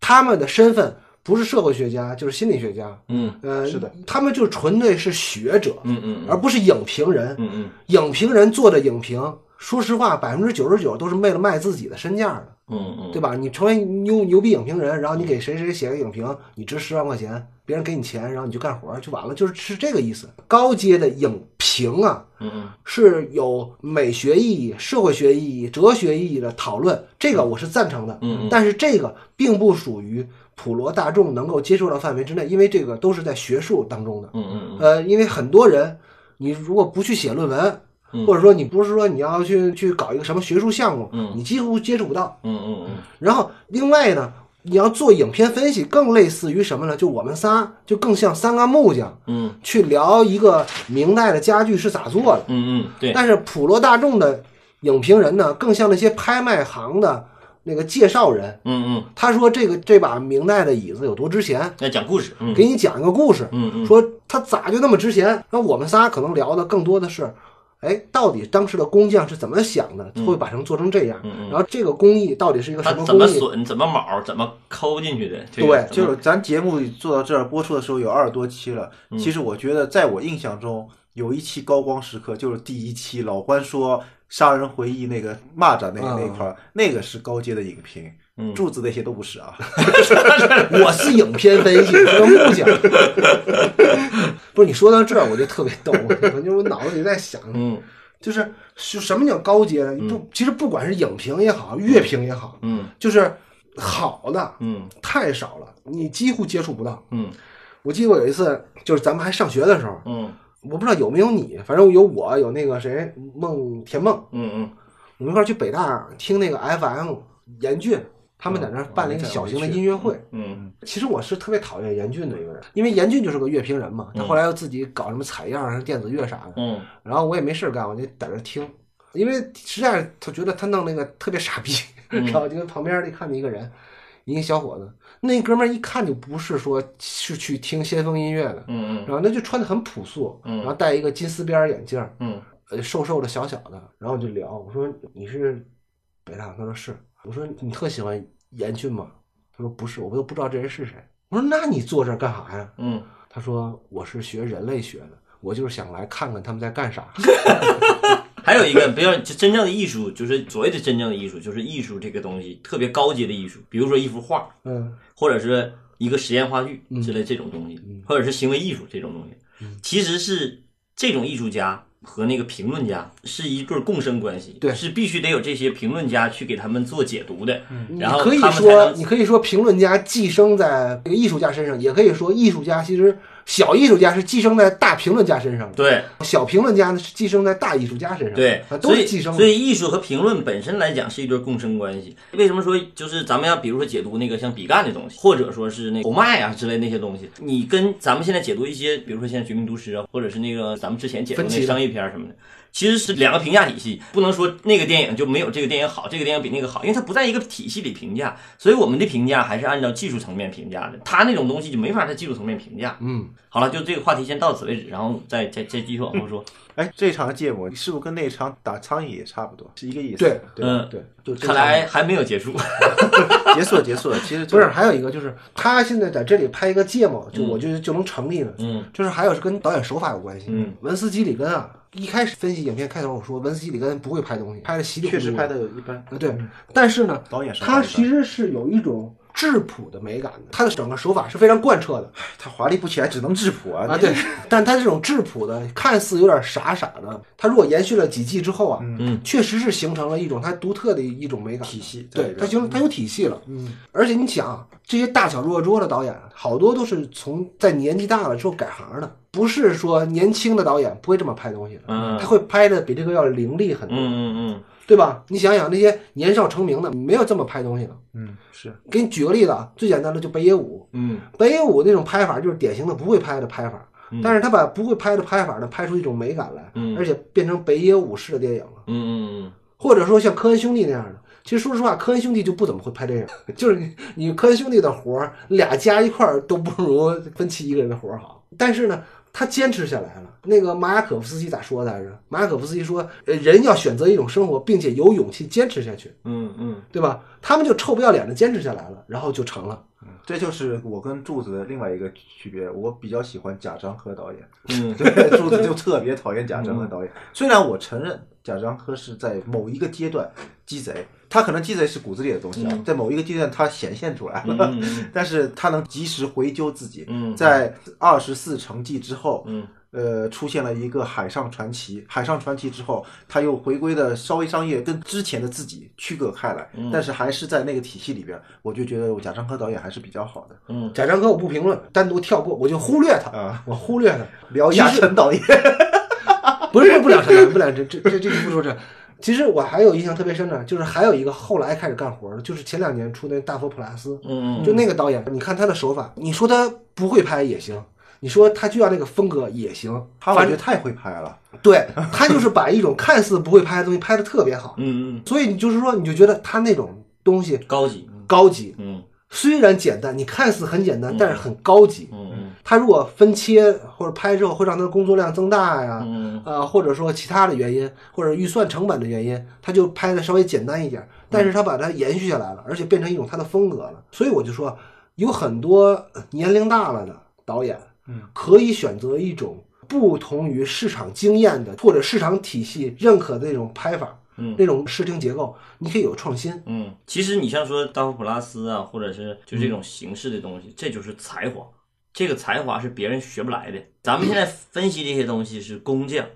[SPEAKER 1] 他们的身份不是社会学家就是心理学家，
[SPEAKER 2] 嗯
[SPEAKER 1] 呃，
[SPEAKER 3] 是的，
[SPEAKER 1] 他们就纯粹是学者，
[SPEAKER 2] 嗯嗯
[SPEAKER 1] 而不是影评人。
[SPEAKER 2] 嗯嗯
[SPEAKER 1] 影评人做的影评，说实话，百分之九十九都是为了卖自己的身价的，
[SPEAKER 2] 嗯嗯，
[SPEAKER 1] 对吧？你成为牛牛逼影评人，然后你给谁谁写个影评，你值十万块钱，别人给你钱，然后你就干活儿就完了，就是是这个意思。高阶的影评啊，
[SPEAKER 2] 嗯嗯。
[SPEAKER 1] 是有美学意义、社会学意义、哲学意义的讨论，这个我是赞成的。
[SPEAKER 2] 嗯嗯
[SPEAKER 1] 但是这个并不属于普罗大众能够接受到范围之内，因为这个都是在学术当中的。
[SPEAKER 2] 嗯嗯嗯
[SPEAKER 1] 呃，因为很多人，你如果不去写论文，
[SPEAKER 2] 嗯
[SPEAKER 1] 或者说你不是说你要去去搞一个什么学术项目，
[SPEAKER 2] 嗯
[SPEAKER 1] 你几乎接触不到。
[SPEAKER 2] 嗯嗯嗯
[SPEAKER 1] 然后另外呢，你要做影片分析，更类似于什么呢？就我们仨，就更像三个木匠
[SPEAKER 2] 嗯
[SPEAKER 1] 去聊一个明代的家具是咋做的。
[SPEAKER 2] 嗯嗯，对，
[SPEAKER 1] 但是普罗大众的影评人呢，更像那些拍卖行的那个介绍人，
[SPEAKER 2] 嗯嗯，
[SPEAKER 1] 他说这个这把明代的椅子有多值钱，
[SPEAKER 2] 要讲故事，嗯
[SPEAKER 1] 给你讲一个故事，
[SPEAKER 2] 嗯嗯
[SPEAKER 1] 说它咋就那么值钱？那我们仨可能聊的更多的是，哎，到底当时的工匠是怎么想的，会把成做成这样？然后这个工艺到底是一个
[SPEAKER 2] 嗯他
[SPEAKER 1] 什么
[SPEAKER 2] 怎么
[SPEAKER 1] 工艺？
[SPEAKER 2] 损，怎么卯，怎么抠进去的，这
[SPEAKER 1] 对
[SPEAKER 2] 个怎
[SPEAKER 3] 就
[SPEAKER 2] 么
[SPEAKER 3] 是咱节目做到这儿播出的时候有二十多期了，
[SPEAKER 1] 嗯
[SPEAKER 3] 其实我觉得在我印象中有一期高光时刻就是第一期老关说杀人回忆那个蚂蚱那个、那
[SPEAKER 1] 嗯
[SPEAKER 3] 块儿，那个是高阶的影评，
[SPEAKER 2] 嗯
[SPEAKER 3] 柱子那些都不是啊。
[SPEAKER 1] 我是影片分析， <laughs> 是个木匠。不是你说到这儿，我就特别逗，我就我脑子里在想，
[SPEAKER 2] 嗯
[SPEAKER 1] 就是是什么叫高阶呢？不，其实不管是影评也好，乐评也好，
[SPEAKER 2] 嗯
[SPEAKER 1] 就是好的
[SPEAKER 2] 嗯
[SPEAKER 1] 太少了，你几乎接触不到。
[SPEAKER 2] 嗯
[SPEAKER 1] 我记得我有一次，就是咱们还上学的时候，
[SPEAKER 2] 嗯
[SPEAKER 1] 我不知道有没有你，反正有我，有那个谁孟田梦，
[SPEAKER 2] 嗯
[SPEAKER 1] 我们一块儿去北大听那个 FM 严俊，他们在那儿办
[SPEAKER 2] 哦
[SPEAKER 1] 了一个小型的音乐会。
[SPEAKER 2] 嗯
[SPEAKER 1] 其实我是特别讨厌严俊的一个人，因为严俊就是个乐评人嘛，他后来又自己搞什么采样、电子乐啥的。
[SPEAKER 2] 嗯
[SPEAKER 1] 然后我也没事儿干，我就在那听，因为实在是他觉得他弄那个特别傻逼，
[SPEAKER 2] 嗯
[SPEAKER 1] 然后就跟旁边儿一看见一个人，一个小伙子，那哥们儿一看就不是说是去听先锋音乐的，
[SPEAKER 2] 嗯
[SPEAKER 1] 然后那就穿的很朴素，然后戴一个金丝边儿眼镜儿，
[SPEAKER 2] 嗯
[SPEAKER 1] 呃，瘦瘦的小小的，然后就聊，我说你是北大，他说是，我说你特喜欢严俊吗？他说不是，我都不知道这人是谁。我说那你坐这儿干啥呀？
[SPEAKER 2] 嗯，
[SPEAKER 1] 他说我是学人类学的，我就是想来看看他们在干
[SPEAKER 2] <laughs>
[SPEAKER 1] 啥。
[SPEAKER 2] 还有一个比较真正的艺术，就是所谓的真正的艺术，就是艺术这个东西特别高级的艺术，比如说一幅画，
[SPEAKER 1] 嗯
[SPEAKER 2] 或者是一个实验话剧之类这种东西，或者是行为艺术这种东西，
[SPEAKER 1] 嗯
[SPEAKER 2] 其实是这种艺术家和那个评论家是一对共生关系，
[SPEAKER 1] 对
[SPEAKER 2] 是必须得有这些评论家去给他们做解读的，然后
[SPEAKER 1] 嗯你可以
[SPEAKER 2] 他们才
[SPEAKER 1] 说，
[SPEAKER 2] 能
[SPEAKER 1] 你可以说评论家寄生在这个艺术家身上，也可以说艺术家其实小艺术家是寄生在大评论家身上的，
[SPEAKER 2] 对
[SPEAKER 1] 小评论家呢是寄生在大艺术家身上，
[SPEAKER 2] 对
[SPEAKER 1] 啊，都
[SPEAKER 2] 所
[SPEAKER 1] 是
[SPEAKER 2] 以
[SPEAKER 1] 寄生
[SPEAKER 2] 所
[SPEAKER 1] 的。
[SPEAKER 2] 以艺术和评论本身来讲是一对共生关系。为什么说就是咱们要比如说解读那个像比干的东西，或者说是那个侯麦啊之类那些东西，你跟咱们现在解读一些，比如说现在《绝命毒师》啊，或者是那个咱们之前解读
[SPEAKER 1] 分
[SPEAKER 2] 那
[SPEAKER 1] 歧的
[SPEAKER 2] 商业片儿什么的。其实是两个评价体系，不能说那个电影就没有这个电影好，这个电影比那个好，因为它不在一个体系里评价，所以我们的评价还是按照技术层面评价的。它那种东西就没法在技术层面评价。
[SPEAKER 1] 嗯，
[SPEAKER 2] 好了，就这个话题先到此为止，然后再再再继续往后说。
[SPEAKER 1] 嗯
[SPEAKER 3] 哎，这场芥末是不是跟那场打苍蝇也差不多，是一个意思？
[SPEAKER 1] 对
[SPEAKER 3] 对
[SPEAKER 2] 嗯
[SPEAKER 3] 对，就这
[SPEAKER 2] 看来还没有结束。
[SPEAKER 3] 场结束了，结束了。
[SPEAKER 1] <laughs>
[SPEAKER 3] 其实就嗯
[SPEAKER 1] 不是，还有一个就是他现在在这里拍一个芥末，就我觉得就能成立了。
[SPEAKER 2] 嗯，
[SPEAKER 1] 就是还有是跟导演手法有关系。
[SPEAKER 2] 嗯，
[SPEAKER 1] 文斯基里根啊，一开始分析影片开头我说文斯基里根不会拍东西，拍的稀里糊
[SPEAKER 3] 确
[SPEAKER 1] 涂。
[SPEAKER 3] 实拍的一般。
[SPEAKER 1] 啊，对，但是呢，
[SPEAKER 3] 导演手法
[SPEAKER 1] 他
[SPEAKER 3] 一般
[SPEAKER 1] 其实是有一种质朴的美感的，他的整个手法是非常贯彻的
[SPEAKER 3] 他华丽不起来，只能质朴啊。
[SPEAKER 1] 啊，对。但他这种质朴的，看似有点傻傻的，他如果延续了几季之后啊，
[SPEAKER 2] 嗯，
[SPEAKER 1] 确实是形成了一种他独特的一种美感
[SPEAKER 3] 体系在
[SPEAKER 1] 对
[SPEAKER 3] 里边
[SPEAKER 1] 他形成他有体系了，嗯，而且你想啊这些大小若拙的导演，啊好多都是从在年纪大了之后改行的，不是说年轻的导演不会这么拍东西的，
[SPEAKER 2] 嗯
[SPEAKER 1] 他会拍的比这个要凌厉很多，
[SPEAKER 2] 嗯嗯
[SPEAKER 1] 对吧？你想想那些年少成名的，没有这么拍东西的。
[SPEAKER 3] 嗯，是
[SPEAKER 1] 给你举个例子啊，最简单的就北野武，
[SPEAKER 2] 嗯
[SPEAKER 1] 北野武那种拍法就是典型的不会拍的拍法，
[SPEAKER 2] 嗯
[SPEAKER 1] 但是他把不会拍的拍法呢拍出一种美感来，
[SPEAKER 2] 嗯
[SPEAKER 1] 而且变成北野武式的电影了，
[SPEAKER 2] 嗯嗯
[SPEAKER 1] 或者说像科恩兄弟那样的。其实说实话，科恩兄弟就不怎么会拍电影， <laughs> 就是你你科恩兄弟的活儿，俩加一块儿都不如芬奇一个人的活儿好。但是呢，他坚持下来了。那个马雅可夫斯基咋说来着？马雅可夫斯基说，呃人要选择一种生活，并且有勇气坚持下去，
[SPEAKER 2] 嗯嗯
[SPEAKER 1] 对吧？他们就臭不要脸的坚持下来了，然后就成了。
[SPEAKER 3] 这就是我跟柱子的另外一个区别。我比较喜欢贾樟柯导演，
[SPEAKER 2] <laughs> 嗯
[SPEAKER 3] 对，柱子就特别讨厌贾樟柯导演。虽然我承认贾樟柯是在某一个阶段鸡贼，他可能鸡贼是骨子里的东西啊，在某一个阶段他显现出来了，
[SPEAKER 2] 嗯
[SPEAKER 3] 但是他能及时回纠自己。
[SPEAKER 2] 嗯
[SPEAKER 3] 在二十四城记之后，
[SPEAKER 2] 嗯
[SPEAKER 3] 呃，出现了一个海上传奇。海上传奇之后，他又回归的稍微商业，跟之前的自己区隔开来，
[SPEAKER 2] 嗯
[SPEAKER 3] 但是还是在那个体系里边，我就觉得贾樟柯导演还是比较好的。
[SPEAKER 1] 贾樟柯我不评论，单独跳过，我就忽略他，
[SPEAKER 3] 啊
[SPEAKER 1] 我忽略他，
[SPEAKER 3] 聊一下陈导演，
[SPEAKER 1] 不是不聊这，不聊这，这这这不说这。其实我还有印象特别深的，就是还有一个后来开始干活的，就是前两年出那大佛普拉斯，
[SPEAKER 2] 嗯
[SPEAKER 1] 就那个导演，你看他的手法，你说他不会拍也行，你说他就要那个风格也行，
[SPEAKER 3] 他我
[SPEAKER 1] 反
[SPEAKER 3] 觉
[SPEAKER 1] 正
[SPEAKER 3] 得太会拍了。
[SPEAKER 1] 对他就是把一种看似不会拍的东西拍的特别好，
[SPEAKER 2] 嗯，
[SPEAKER 1] 所以你就是说，你就觉得他那种东西
[SPEAKER 2] 高级，
[SPEAKER 1] 高级，
[SPEAKER 2] 嗯
[SPEAKER 1] 虽然简单，你看似很简单，但是很高级，
[SPEAKER 2] 嗯
[SPEAKER 1] 他如果分切或者拍之后会让他的工作量增大呀，
[SPEAKER 2] 嗯
[SPEAKER 1] 呃，或者说其他的原因，或者预算成本的原因，他就拍的稍微简单一点，但是他把它延续下来了，而且变成一种他的风格了。所以我就说，有很多呃年龄大了的导演，
[SPEAKER 3] 嗯，
[SPEAKER 1] 可以选择一种不同于市场经验的或者市场体系认可的那种拍法，
[SPEAKER 2] 嗯
[SPEAKER 1] 那种视听结构，你可以有创新。
[SPEAKER 2] 嗯。其实你像说达夫普拉斯啊，或者是就这种形式的东西，这就是才华。这个才华是别人学不来的。咱们现在分析这些东西是工匠，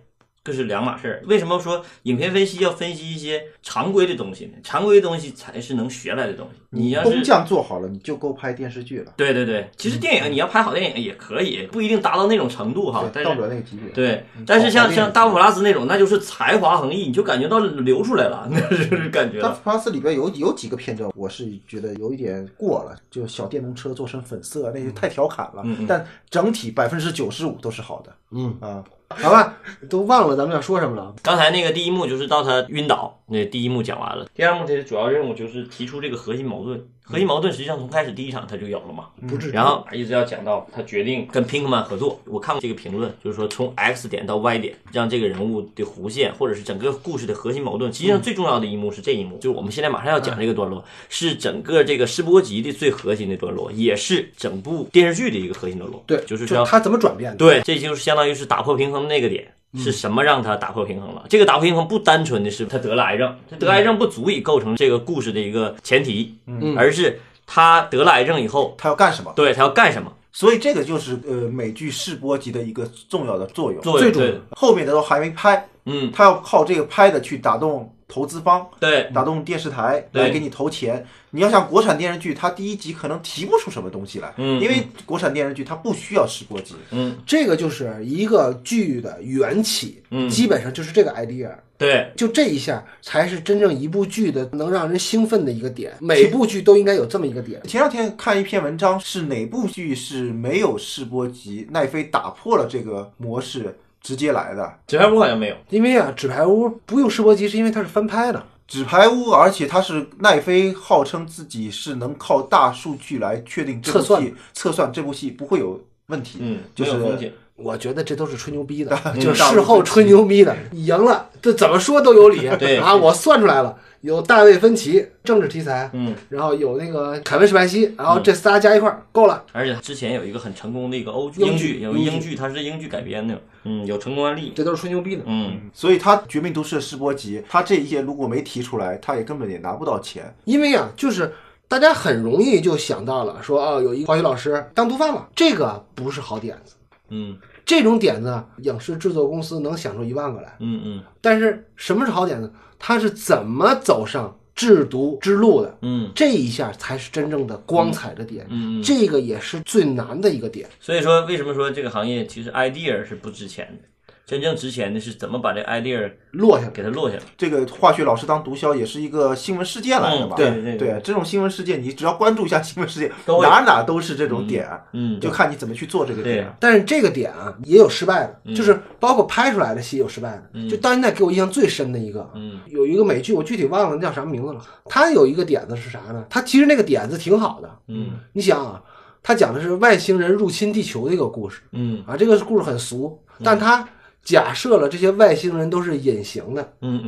[SPEAKER 2] 这是两码事儿。为什么说影片分析要分析一些常规的东西呢？常规的东西才是能学来的东西。你要
[SPEAKER 3] 工
[SPEAKER 2] 是
[SPEAKER 3] 匠做好了，你就够拍电视剧了，
[SPEAKER 2] 对对对，其
[SPEAKER 3] 嗯
[SPEAKER 2] 实电影你要拍好电影也可以，不一定达到那种程度哈
[SPEAKER 3] 对，
[SPEAKER 2] 但
[SPEAKER 3] 到
[SPEAKER 2] 是
[SPEAKER 3] 不了那个级别。
[SPEAKER 2] 对，但是
[SPEAKER 3] 好
[SPEAKER 2] 像
[SPEAKER 3] 电影嗯
[SPEAKER 2] 像大普拉斯那种，那就是才华横溢，你就感觉到流出来了，那 <laughs> 就是感觉
[SPEAKER 3] 但
[SPEAKER 2] 了。
[SPEAKER 3] 福拉斯里边有有几个片段，我是觉得有一点过了，就小电动车做成粉色，那些太调侃了。
[SPEAKER 2] 嗯嗯
[SPEAKER 3] 但整体百分之九十五都是好的
[SPEAKER 1] 嗯，
[SPEAKER 3] 啊。
[SPEAKER 1] 好吧，都忘了咱们要说什么了。
[SPEAKER 2] 刚才那个第一幕就是到他晕倒，那第一幕讲完了。第二幕的主要任务就是提出这个核心矛盾。核心矛盾实际上从开始第一场他就有了嘛，
[SPEAKER 1] 不至于
[SPEAKER 2] 嗯然后一直要讲到他决定跟 Pinkman 合作。我看过这个评论，就是说从 X 点到 Y 点，让这个人物的弧线或者是整个故事的核心矛盾，实际上最重要的一幕是这一幕，就是我们现在马上要讲这个段落，是整个这个世波集的最核心的段落，也是整部电视剧的一个核心段落。
[SPEAKER 1] 对，
[SPEAKER 2] 就是说
[SPEAKER 1] 就他怎么转变的？
[SPEAKER 2] 对，这就是相当于是打破平衡的那个点。是什么让他打破平衡了？这个打破平衡不单纯的是他得了癌症，他得癌症不足以构成这个故事的一个前提，嗯，而是他得了癌症以后，
[SPEAKER 3] 他要干什么？
[SPEAKER 2] 对他要干什么？
[SPEAKER 3] 所以这个就是呃美剧试播集的一个重要的作用。
[SPEAKER 2] 作
[SPEAKER 1] 最
[SPEAKER 2] 用
[SPEAKER 1] 重要
[SPEAKER 2] 对，
[SPEAKER 3] 后面的都还没拍，
[SPEAKER 2] 嗯，
[SPEAKER 3] 他要靠这个拍的去打动投资方，
[SPEAKER 2] 对，
[SPEAKER 3] 打动电视台
[SPEAKER 2] 嗯对
[SPEAKER 3] 来给你投钱。你要像国产电视剧，它第一集可能提不出什么东西来，
[SPEAKER 2] 嗯
[SPEAKER 3] 因为国产电视剧它不需要试播集。
[SPEAKER 2] 嗯，
[SPEAKER 1] 这个就是一个剧的缘起，
[SPEAKER 2] 嗯
[SPEAKER 1] 基本上就是这个 idea。
[SPEAKER 2] 对，
[SPEAKER 1] 就这一下，才是真正一部剧的能让人兴奋的一个点。每部剧都应该有这么一个点。
[SPEAKER 3] 前两天看一篇文章，是哪部剧是没有试播集，奈飞打破了这个模式直接来的。
[SPEAKER 2] 纸牌屋好像没有，
[SPEAKER 1] 因为啊，《纸牌屋》不用试播集，是因为它是翻拍的。
[SPEAKER 3] 纸牌屋，而且它是奈飞号称自己是能靠大数据来确定这部
[SPEAKER 1] 测算
[SPEAKER 3] 戏，测算这部戏不会有问题，
[SPEAKER 2] 嗯，
[SPEAKER 3] 就
[SPEAKER 2] 没有风
[SPEAKER 3] 是
[SPEAKER 2] 险，
[SPEAKER 1] 我觉得这都是吹牛逼的，
[SPEAKER 3] 嗯
[SPEAKER 1] 就是事后吹牛逼的。你赢了，这怎么说都有理。
[SPEAKER 2] 对
[SPEAKER 1] 啊，我算出来了，有大卫芬奇政治题材，
[SPEAKER 2] 嗯，
[SPEAKER 1] 然后有那个凯文史派西，然后这仨加一块儿够了。
[SPEAKER 2] 而且之前有一个很成功的一个欧剧
[SPEAKER 1] 英
[SPEAKER 2] 英
[SPEAKER 1] 剧
[SPEAKER 2] 剧，有
[SPEAKER 1] 英剧
[SPEAKER 2] 英剧，它是英剧改编的，嗯，有成功案例，
[SPEAKER 1] 这都是吹牛逼的。
[SPEAKER 2] 嗯，
[SPEAKER 3] 所以它《绝命毒师》的试播集，它这一些如果没提出来，它也根本也拿不到钱。
[SPEAKER 1] 因为啊，就是大家很容易就想到了说，哦，有一个化学老师当毒贩了，这个不是好点子。
[SPEAKER 2] 嗯
[SPEAKER 1] 这种点子，啊影视制作公司能想出一万个来。
[SPEAKER 2] 嗯嗯
[SPEAKER 1] 但是什么是好点子？它是怎么走上制毒之路的？
[SPEAKER 2] 嗯
[SPEAKER 1] 这一下才是真正的光彩的点，
[SPEAKER 2] 嗯嗯，
[SPEAKER 1] 这个也是最难的一个点。
[SPEAKER 2] 所以说，为什么说这个行业其实 idea 是不值钱的？真正值钱的是怎么把这 idea
[SPEAKER 1] 落下来，
[SPEAKER 2] 给它落下来。
[SPEAKER 3] 这个化学老师当毒枭也是一个新闻事件来的嘛？
[SPEAKER 2] 嗯对对
[SPEAKER 3] 对，这种新闻事件你只要关注一下新闻事件，
[SPEAKER 2] 都会
[SPEAKER 3] 哪哪都是这种点，
[SPEAKER 2] 嗯，
[SPEAKER 3] 就看你怎么去做这个点。
[SPEAKER 1] 但是这个点啊也有失败的，就是包括拍出来的戏有失败的。就到现在给我印象最深的一个，
[SPEAKER 2] 嗯
[SPEAKER 1] 有一个美剧，我具体忘了叫啥名字了。它有一个点子是啥呢？它其实那个点子挺好的，
[SPEAKER 2] 嗯
[SPEAKER 1] 你想啊，它讲的是外星人入侵地球的一个故事。
[SPEAKER 2] 嗯
[SPEAKER 1] 啊，这个故事很俗，但他假设了这些外星人都是隐形的。
[SPEAKER 2] 嗯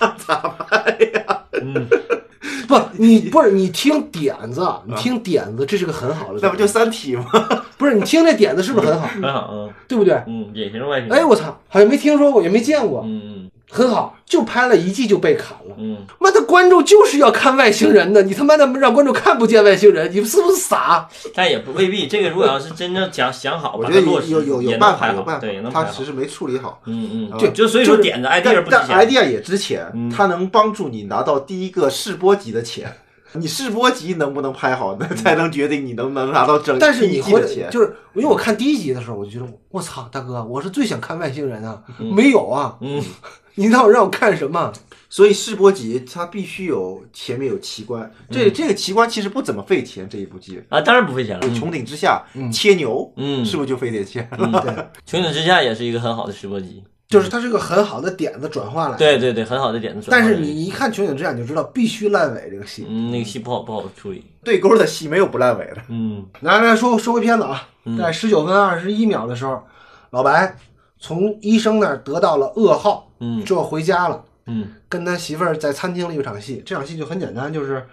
[SPEAKER 2] 嗯，
[SPEAKER 1] 不，你不是你听点子，啊你听点子，这是个很好的点子。
[SPEAKER 3] 那不就《三体》
[SPEAKER 2] <laughs>
[SPEAKER 3] 吗？
[SPEAKER 1] 不是你听这点子是不是很好，
[SPEAKER 2] 很好，嗯
[SPEAKER 1] 对不对？
[SPEAKER 2] 嗯，隐形外星人。
[SPEAKER 1] 哎，我操，好像没听说过，也没见过，
[SPEAKER 2] 嗯
[SPEAKER 1] 很好，就拍了一季就被砍了
[SPEAKER 2] 嗯。嗯，
[SPEAKER 1] 妈的，观众就是要看外星人的，你他妈的让观众看不见外星人，你是不是傻？
[SPEAKER 2] 但也不未必。这个如果要是真正想想好，
[SPEAKER 3] 我
[SPEAKER 2] 把
[SPEAKER 3] 觉
[SPEAKER 2] 它
[SPEAKER 3] 得
[SPEAKER 2] 落
[SPEAKER 3] 有
[SPEAKER 2] 实，
[SPEAKER 3] 有有
[SPEAKER 2] 也
[SPEAKER 3] 有
[SPEAKER 2] 能
[SPEAKER 3] 办法，
[SPEAKER 2] 拍
[SPEAKER 3] 有
[SPEAKER 2] 好
[SPEAKER 3] 办法
[SPEAKER 2] 对，也能，
[SPEAKER 3] 他
[SPEAKER 2] 拍好
[SPEAKER 3] 只。是没处理好。
[SPEAKER 2] 嗯嗯，
[SPEAKER 3] 就
[SPEAKER 2] 就所以说点子 idea
[SPEAKER 3] 但
[SPEAKER 2] 不值
[SPEAKER 3] 但
[SPEAKER 2] 钱。嗯
[SPEAKER 3] idea 也值钱，它能帮助你拿到第一个试播集的钱。你试播集能不能拍好，
[SPEAKER 2] 嗯
[SPEAKER 3] 那才能决定你能不能拿到整
[SPEAKER 1] 但是
[SPEAKER 3] 呃第
[SPEAKER 1] 你
[SPEAKER 3] 一季
[SPEAKER 1] 回
[SPEAKER 3] 的钱
[SPEAKER 1] 来。就是，因为我看第一集的时候，我就觉得我操，大哥，我是最想看外星人啊，没有啊，
[SPEAKER 2] 嗯，
[SPEAKER 1] <laughs> 你到底让我看什么？
[SPEAKER 3] 所以试播集它必须有前面有奇观，这、
[SPEAKER 2] 嗯
[SPEAKER 3] 这个奇观其实不怎么费钱，这一部剧。
[SPEAKER 2] 啊，当然不费钱了。
[SPEAKER 1] 嗯
[SPEAKER 3] 穹顶之下、切牛，
[SPEAKER 2] 嗯
[SPEAKER 3] 是不是就费点钱？
[SPEAKER 1] 对。
[SPEAKER 2] 穹顶之下也是一个很好的直播机。
[SPEAKER 1] 就是它是个很好的点子转化来。，
[SPEAKER 2] 对对对，很好的点子转
[SPEAKER 1] 但
[SPEAKER 2] 化
[SPEAKER 1] 是
[SPEAKER 2] 的。
[SPEAKER 1] 你一看《穹顶之下》，你就知道必须烂尾这个戏。
[SPEAKER 2] 嗯，那个戏不好不好处理。
[SPEAKER 3] <laughs> 对勾的戏没有不烂尾的。
[SPEAKER 2] 嗯
[SPEAKER 1] 来来说说回片子啊，在十九分二十一秒的时候，老白从医生那儿得到了噩耗，
[SPEAKER 2] 嗯
[SPEAKER 1] 之后回家了，
[SPEAKER 2] 嗯
[SPEAKER 1] 跟他媳妇儿在餐厅里有场戏。这场戏就很简单，就是，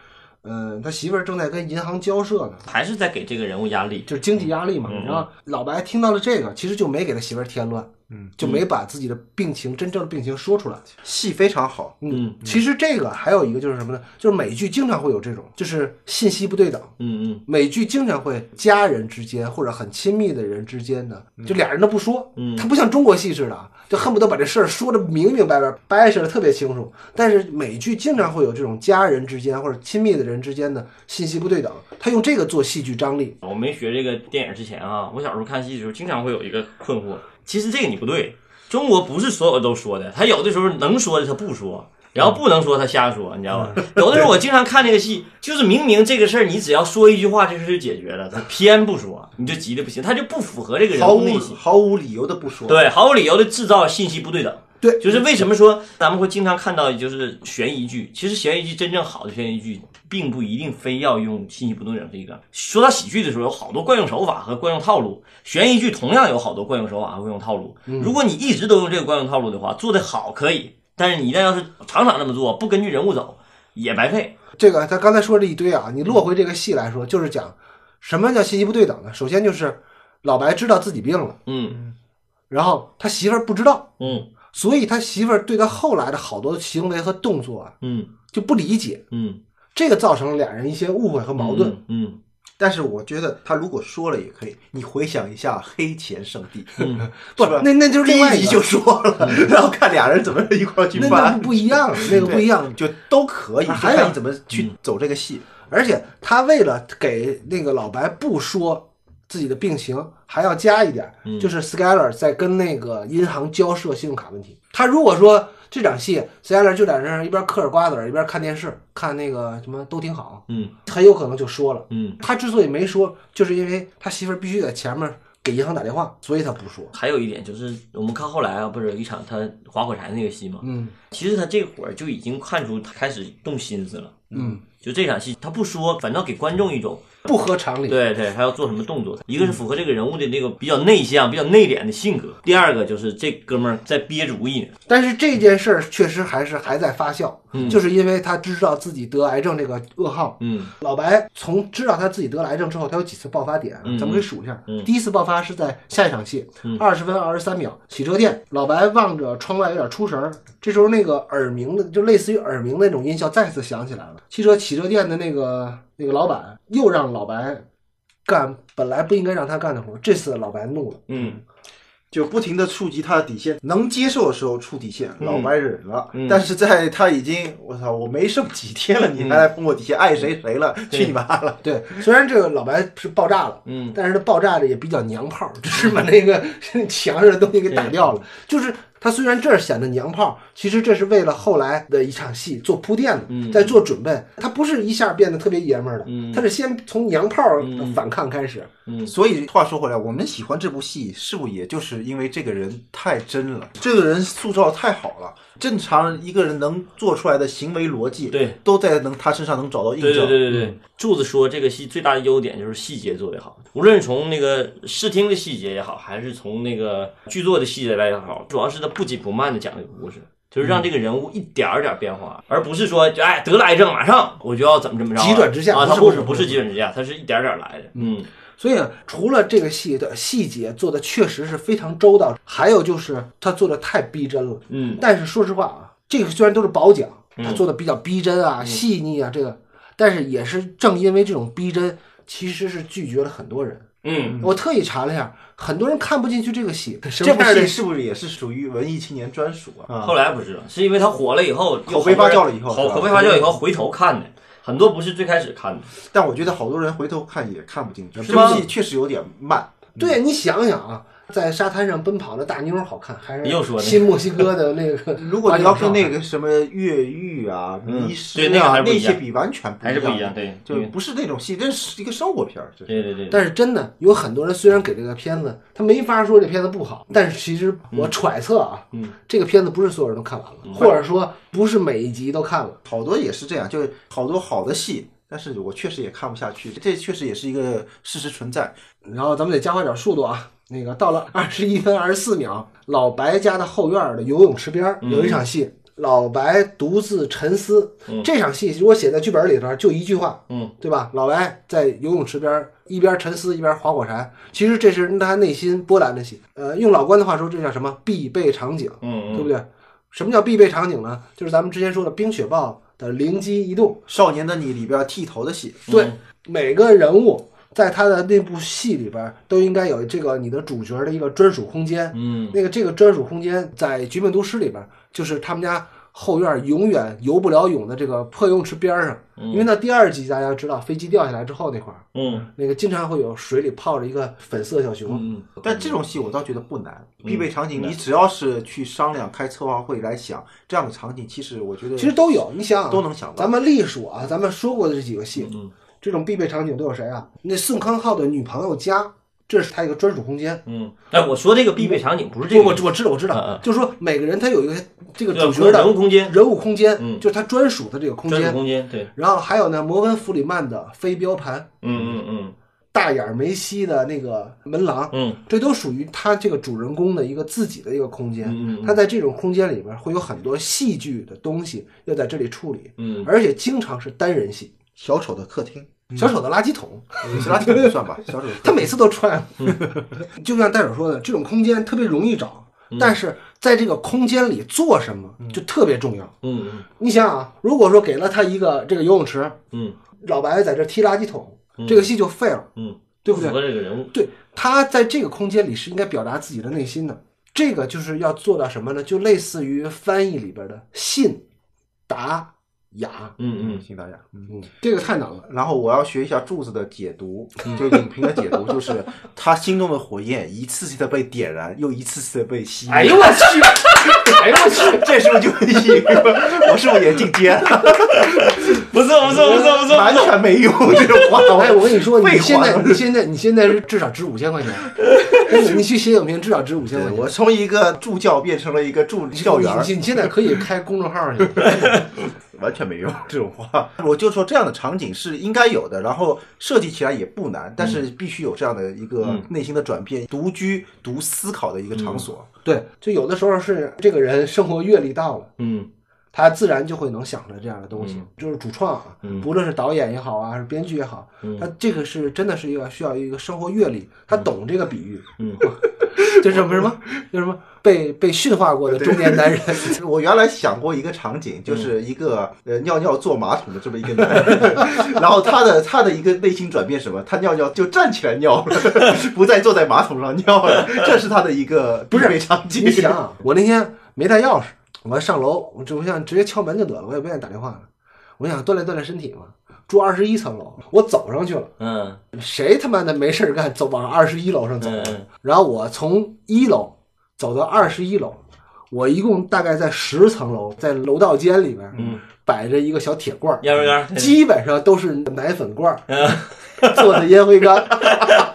[SPEAKER 1] 嗯、他媳妇儿正在跟银行交涉呢。
[SPEAKER 2] 还是在给这个人物压力。
[SPEAKER 1] 就是经济压力嘛，然后老白听到了这个，其实就没给他媳妇儿添乱，嗯，就没把自己的病情真正的病情说出来，
[SPEAKER 3] 戏非常好，
[SPEAKER 1] 嗯，其实这个还有一个就是什么呢？就是美剧经常会有这种，就是信息不对等。
[SPEAKER 2] 嗯嗯
[SPEAKER 1] 美剧经常会家人之间或者很亲密的人之间的，就俩人都不说，
[SPEAKER 2] 嗯
[SPEAKER 1] 他不像中国戏似的啊，就恨不得把这事儿说的明明白白，掰扯的特别清楚。但是美剧经常会有这种家人之间或者亲密的人之间的信息不对等，他用这个做戏剧张力。
[SPEAKER 2] 我没学这个电影之前啊，我小时候看戏的时候，经常会有一个困惑，其实这个你不对，中国不是所有都说的，他有的时候能说的他不说。然后不能说他瞎说，你知道吧？有的时候我经常看那个戏，就是明明这个事儿你只要说一句话，这事儿就解决了，他偏不说，你就急得不行，他就不符合这个人
[SPEAKER 3] 毫
[SPEAKER 2] 物
[SPEAKER 3] 无
[SPEAKER 2] 内心。
[SPEAKER 3] 毫无理由的不说，
[SPEAKER 2] 对，毫无理由的制造信息不对等。
[SPEAKER 1] 对
[SPEAKER 2] 就是为什么说咱们会经常看到就是悬疑剧，其实悬疑剧真正好的悬疑剧，并不一定非要用信息不对等这个。说到喜剧的时候，有好多惯用手法和惯用套路，悬疑剧同样有好多惯用手法和惯用套路。
[SPEAKER 1] 嗯
[SPEAKER 2] 如果你一直都用这个惯用套路的话，做得好可以，但是你一旦要是常常这么做，不根据人物走，也白费。
[SPEAKER 1] 这个他刚才说这一堆啊，你落回这个戏来说，就是讲什么叫信息不对等呢？首先就是老白知道自己病了，
[SPEAKER 2] 嗯
[SPEAKER 1] 然后他媳妇儿不知道，
[SPEAKER 2] 嗯
[SPEAKER 1] 所以他媳妇儿对他后来的好多行为和动作啊
[SPEAKER 2] 嗯
[SPEAKER 1] 就不理解，
[SPEAKER 2] 嗯，
[SPEAKER 1] 这个造成了俩人一些误会和矛盾。
[SPEAKER 2] 嗯。
[SPEAKER 3] 但是我觉得他如果说了也可以，你回想一下《黑钱圣地》 <laughs>
[SPEAKER 2] 嗯嗯
[SPEAKER 3] 不
[SPEAKER 1] 不，那那就是
[SPEAKER 3] 第
[SPEAKER 1] 另外
[SPEAKER 3] 一
[SPEAKER 1] 一个嗯
[SPEAKER 3] 集就说了， <laughs> 然后看俩人怎么一块儿去
[SPEAKER 1] 那那
[SPEAKER 3] 翻，
[SPEAKER 1] 不一样，那个不一样。
[SPEAKER 3] 就都可以，就
[SPEAKER 1] 还有嗯
[SPEAKER 3] 看你怎么去走这个戏。
[SPEAKER 1] 而且他为了给那个老白不说自己的病情，还要加一点，就是 Skyler 在跟那个银行交涉信用卡问题。他如果说这场戏 Skyler 就在那儿一边嗑着瓜子儿一边看电视，看那个什么都挺好，
[SPEAKER 2] 嗯
[SPEAKER 1] 很有可能就说了。
[SPEAKER 2] 嗯
[SPEAKER 1] 他之所以没说，就是因为他媳妇儿必须在前面给银行打电话，所以他不说。
[SPEAKER 2] 还有一点就是，我们看后来啊，不是有一场他划火柴那个戏嘛，
[SPEAKER 1] 嗯
[SPEAKER 2] 其实他这会儿就已经看出他开始动心思了。
[SPEAKER 1] 嗯，
[SPEAKER 2] 就这场戏，他不说，反倒给观众一种
[SPEAKER 1] 不合常理。
[SPEAKER 2] 对对，他要做什么动作，一个是符合这个人物的那个比较内向、比较内敛的性格，第二个就是这哥们儿在憋主意呢。
[SPEAKER 1] 但是这件事儿确实还是还在发酵，
[SPEAKER 2] 嗯
[SPEAKER 1] 就是因为他知道自己得癌症这个噩耗。
[SPEAKER 2] 嗯
[SPEAKER 1] 老白从知道他自己得了癌症之后，他有几次爆发点啊，
[SPEAKER 2] 嗯
[SPEAKER 1] 咱们可以数一下。
[SPEAKER 2] 嗯
[SPEAKER 1] 第一次爆发是在下一场戏，二十、分二十三秒，洗车店，老白望着窗外有点出神儿。这时候那个耳鸣的，就类似于耳鸣那种音效再次响起来了。汽车洗车店的那个那个老板又让老白干本来不应该让他干的活儿，这次老白怒了。
[SPEAKER 2] 嗯
[SPEAKER 3] 就不停的触及他的底线，能接受的时候触底线，
[SPEAKER 2] 嗯
[SPEAKER 3] 老白忍了。
[SPEAKER 2] 嗯
[SPEAKER 3] 但是在他已经，我操，我没剩几天了，你还来碰我底线，爱谁谁了，去你妈了！
[SPEAKER 1] 嗯对，虽然这个老白是爆炸了。
[SPEAKER 2] 嗯，
[SPEAKER 1] 但是它爆炸的也比较娘 <laughs> 炮，只是把那个墙上的东西给打掉了。就是它虽然这儿显得娘炮，其实这是为了后来的一场戏做铺垫的，
[SPEAKER 2] 嗯
[SPEAKER 1] 在做准备。它不是一下变得特别爷们儿的
[SPEAKER 2] 嗯，
[SPEAKER 1] 它是先从娘炮的反抗开始。
[SPEAKER 3] 所以话说回来，我们喜欢这部戏，是不是也就是因为这个人太真了，这个人塑造太好了？正常一个人能做出来的行为逻辑，
[SPEAKER 2] 对，
[SPEAKER 3] 都在能他身上能找到印
[SPEAKER 2] 对对
[SPEAKER 3] 证。
[SPEAKER 2] 对对对，嗯柱子说这个戏最大的优点就是细节做得好，无论从那个视听的细节也好，还是从那个剧作的细节来也好，主要是他不紧不慢的讲这个故事，就是让这个人物一点儿点儿变化，而不是说就哎得了癌症马上我就要怎么怎么着啊，
[SPEAKER 1] 急转直下
[SPEAKER 2] 啊，
[SPEAKER 1] 不
[SPEAKER 2] 他
[SPEAKER 1] 是
[SPEAKER 2] 不
[SPEAKER 1] 不是
[SPEAKER 2] 不
[SPEAKER 1] 不是
[SPEAKER 2] 是急转直下，他是一点儿点儿来的，嗯
[SPEAKER 1] 所以呢，除了这个戏的细节做的确实是非常周到，还有就是它做的太逼真了。
[SPEAKER 2] 嗯
[SPEAKER 1] 但是说实话啊，这个虽然都是褒奖，他做的比较逼真啊、
[SPEAKER 2] 嗯
[SPEAKER 1] 细腻啊，这个，但是也是正因为这种逼真，其实是拒绝了很多人。
[SPEAKER 2] 嗯
[SPEAKER 1] 我特意查了一下，很多人看不进去这个戏，
[SPEAKER 3] 这
[SPEAKER 1] 什
[SPEAKER 3] 部
[SPEAKER 1] 么样的
[SPEAKER 3] 戏是不是也是属于文艺青年专属啊？
[SPEAKER 2] 嗯后来不是了，是因为他火了以后，
[SPEAKER 3] 口碑发酵了以后
[SPEAKER 2] 口
[SPEAKER 3] 是吧
[SPEAKER 2] 口碑发酵以后回头看的，很多不是最开始看的，
[SPEAKER 3] 但我觉得好多人回头看也看不进去，
[SPEAKER 2] 是
[SPEAKER 3] 这
[SPEAKER 2] 吗
[SPEAKER 3] 部戏确实有点慢。
[SPEAKER 1] 对你想想啊，在沙滩上奔跑的大妞儿好看，还是
[SPEAKER 2] 又说那个
[SPEAKER 1] 新墨西哥的那
[SPEAKER 2] <laughs>
[SPEAKER 1] 个八角少女？
[SPEAKER 3] 如果你要是那个什么越狱啊、
[SPEAKER 2] 嗯
[SPEAKER 3] 迷失
[SPEAKER 2] 对那个
[SPEAKER 3] 啊
[SPEAKER 2] 还不一
[SPEAKER 3] 那些
[SPEAKER 2] 样
[SPEAKER 3] 比，完全
[SPEAKER 2] 还是不
[SPEAKER 3] 不
[SPEAKER 2] 一样，。嗯对
[SPEAKER 3] 就不是那种戏，这是一个生活片儿。这是
[SPEAKER 2] 对对对，
[SPEAKER 1] 但是真的有很多人虽然给这个片子，他没法说这片子不好，但是其实我揣测啊，
[SPEAKER 2] 嗯
[SPEAKER 1] 这个片子不是所有人都看完了，或者说不是每一集都看了。
[SPEAKER 3] 好多也是这样，就是好多好的戏，但是我确实也看不下去，这确实也是一个事实存在。
[SPEAKER 1] 然后咱们得加快点速度啊。那个到了 <laughs> 二十一分二十四秒，老白家的后院的游泳池边
[SPEAKER 2] 嗯
[SPEAKER 1] 儿有一场戏，老白独自沉思。这场戏如果写在剧本里头，就一句话，
[SPEAKER 2] 嗯，
[SPEAKER 1] 对吧？老白在游泳池边儿一边沉思一边划火柴，其实这是他内心波澜的戏。呃，用老关的话说，这叫什么必备场景，
[SPEAKER 2] 嗯
[SPEAKER 1] 对
[SPEAKER 2] 嗯
[SPEAKER 1] 不对？什么叫必备场景呢？就是咱们之前说的冰雪暴的灵机一动，
[SPEAKER 2] 嗯
[SPEAKER 3] 《少年的你》里边剃头的戏，
[SPEAKER 1] 对，每个人物在他的那部戏里边儿都应该有这个你的主角的一个专属空间。
[SPEAKER 2] 嗯，
[SPEAKER 1] 那个这个专属空间在《绝命毒师》里边儿，就是他们家后院永远游不了泳的这个破游泳池边儿上，因为到第二集大家知道飞机掉下来之后那块儿，
[SPEAKER 2] 嗯
[SPEAKER 1] 那个经常会有水里泡着一个粉色小熊。
[SPEAKER 2] 嗯
[SPEAKER 3] 但这种戏我倒觉得不难，必备场景你只要是去商量、开策划会来想这样的场景，其实我觉得
[SPEAKER 1] 其实都有，你想想啊
[SPEAKER 3] 都能想到
[SPEAKER 1] 咱们隶属啊，咱们说过的这几个戏，
[SPEAKER 2] 嗯
[SPEAKER 1] 这种必备场景都有谁啊？那宋康昊的女朋友家，这是他一个专属空间。
[SPEAKER 2] 嗯，哎，我说这个
[SPEAKER 1] 嗯
[SPEAKER 2] 必备场景不是这
[SPEAKER 1] 我
[SPEAKER 2] 个，
[SPEAKER 1] 我我知道我知
[SPEAKER 2] 嗯
[SPEAKER 1] 道
[SPEAKER 2] 嗯，
[SPEAKER 1] 就是说每个人他有一个这个主
[SPEAKER 2] 对
[SPEAKER 1] 角
[SPEAKER 2] 人物
[SPEAKER 1] 的
[SPEAKER 2] 空间，
[SPEAKER 1] 人物空间，
[SPEAKER 2] 嗯
[SPEAKER 1] 就是他专属的这个空
[SPEAKER 2] 专属
[SPEAKER 1] 间。
[SPEAKER 2] 空间，对，
[SPEAKER 1] 然后还有呢，摩根弗里曼的飞镖盘，
[SPEAKER 2] 嗯嗯
[SPEAKER 1] 大眼梅西的那个门廊，
[SPEAKER 2] 嗯
[SPEAKER 1] 这都属于他这个主人公的一个自己的一个空间。
[SPEAKER 2] 嗯嗯
[SPEAKER 1] 他在这种空间里边会有很多戏剧的东西要在这里处理，
[SPEAKER 2] 嗯嗯，
[SPEAKER 1] 而且经常是单人戏。
[SPEAKER 3] 小丑的客厅，
[SPEAKER 1] 小丑的垃圾桶，
[SPEAKER 3] 其他厅算吧，小丑的嗯客
[SPEAKER 1] 他
[SPEAKER 3] 厅
[SPEAKER 1] 每次都穿。 <laughs> 就像戴手说的，这种空间特别容易找，
[SPEAKER 3] 嗯
[SPEAKER 1] 但是在这个空间里做什么就特别重要。
[SPEAKER 2] 嗯嗯
[SPEAKER 1] 你想想啊，如果说给了他一个这个游泳池，
[SPEAKER 2] 嗯，
[SPEAKER 1] 老白在这踢垃圾桶，这个戏就废了，
[SPEAKER 2] 嗯，
[SPEAKER 1] 对不对
[SPEAKER 2] 符？合这个人物，
[SPEAKER 1] 对他在这个空间里是应该表达自己的内心的，这个就是要做到什么呢？就类似于翻译里边的信、达、 <laughs> 雅，
[SPEAKER 2] 嗯嗯
[SPEAKER 3] 请大家，嗯。
[SPEAKER 1] 嗯，这个太难了。
[SPEAKER 3] 然后我要学一下柱子的解读，就影评的解读，就是他心中的火焰一次次的被点燃，又一次次的被熄灭。
[SPEAKER 2] 哎呦我去，哎呦我去，
[SPEAKER 3] 这是不是就是 <laughs> 一个？我是不是也进阶了？
[SPEAKER 2] <laughs> 不错不错不错不错，
[SPEAKER 3] <laughs> 完全没有这种话。 <laughs>
[SPEAKER 1] 哎，我跟你说，你
[SPEAKER 3] 废
[SPEAKER 1] 现
[SPEAKER 3] 话
[SPEAKER 1] 在
[SPEAKER 3] <laughs> 都
[SPEAKER 1] 你
[SPEAKER 3] 是
[SPEAKER 1] 现在你现在是至少值五千块钱，真的，你去写影评至少值五千块
[SPEAKER 3] 对
[SPEAKER 1] 钱。
[SPEAKER 3] 我从一个助教变成了一个助教员儿，
[SPEAKER 1] 你你你现在可以开公众号去。
[SPEAKER 3] <laughs> 完全没用这种话。我就说这样的场景是应该有的，然后设计起来也不难，但是必须有这样的一
[SPEAKER 1] 嗯
[SPEAKER 3] 个内心的转变，独居、独思考的一个场所。
[SPEAKER 1] 对，就有的时候是这个人生活阅历到了。
[SPEAKER 2] 嗯
[SPEAKER 1] 他自然就会能想出来这样的东西，
[SPEAKER 2] 嗯
[SPEAKER 1] 就是主创啊，
[SPEAKER 2] 嗯
[SPEAKER 1] 不论是导演也好啊，还是编剧也好，
[SPEAKER 2] 嗯
[SPEAKER 1] 他这个是真的是一个需要一个生活阅历，他懂这个比喻，
[SPEAKER 2] 嗯，
[SPEAKER 1] 就是什么什么，就是什么被被驯化过的中年男人，
[SPEAKER 3] 我原来想过一个场
[SPEAKER 1] 嗯
[SPEAKER 3] 景，就是一个呃尿尿坐马桶的这么一个男人， <laughs> 然后他的他的一个内心转变是什么？他尿尿就站起来尿了， <laughs> 不再坐在马桶上尿了，这是他的一个必备场
[SPEAKER 1] <laughs>
[SPEAKER 3] 景。
[SPEAKER 1] 你想啊，我那天没带钥匙，我上楼，我这我想直接敲门就得了，我也不愿意打电话了，我想锻炼锻炼身体嘛，住二十一层楼，我走上去了，
[SPEAKER 2] 嗯
[SPEAKER 1] 谁他妈的没事儿干走往二十一楼上走
[SPEAKER 2] 嗯？嗯
[SPEAKER 1] 然后我从一楼走到二十一楼，我一共大概在十层楼，在楼道间里边，
[SPEAKER 2] 嗯，
[SPEAKER 1] 摆着一个小铁罐儿，
[SPEAKER 2] 烟灰缸，
[SPEAKER 1] 基本上都是奶粉罐儿
[SPEAKER 2] 嗯，
[SPEAKER 1] 做的烟灰缸。 <laughs>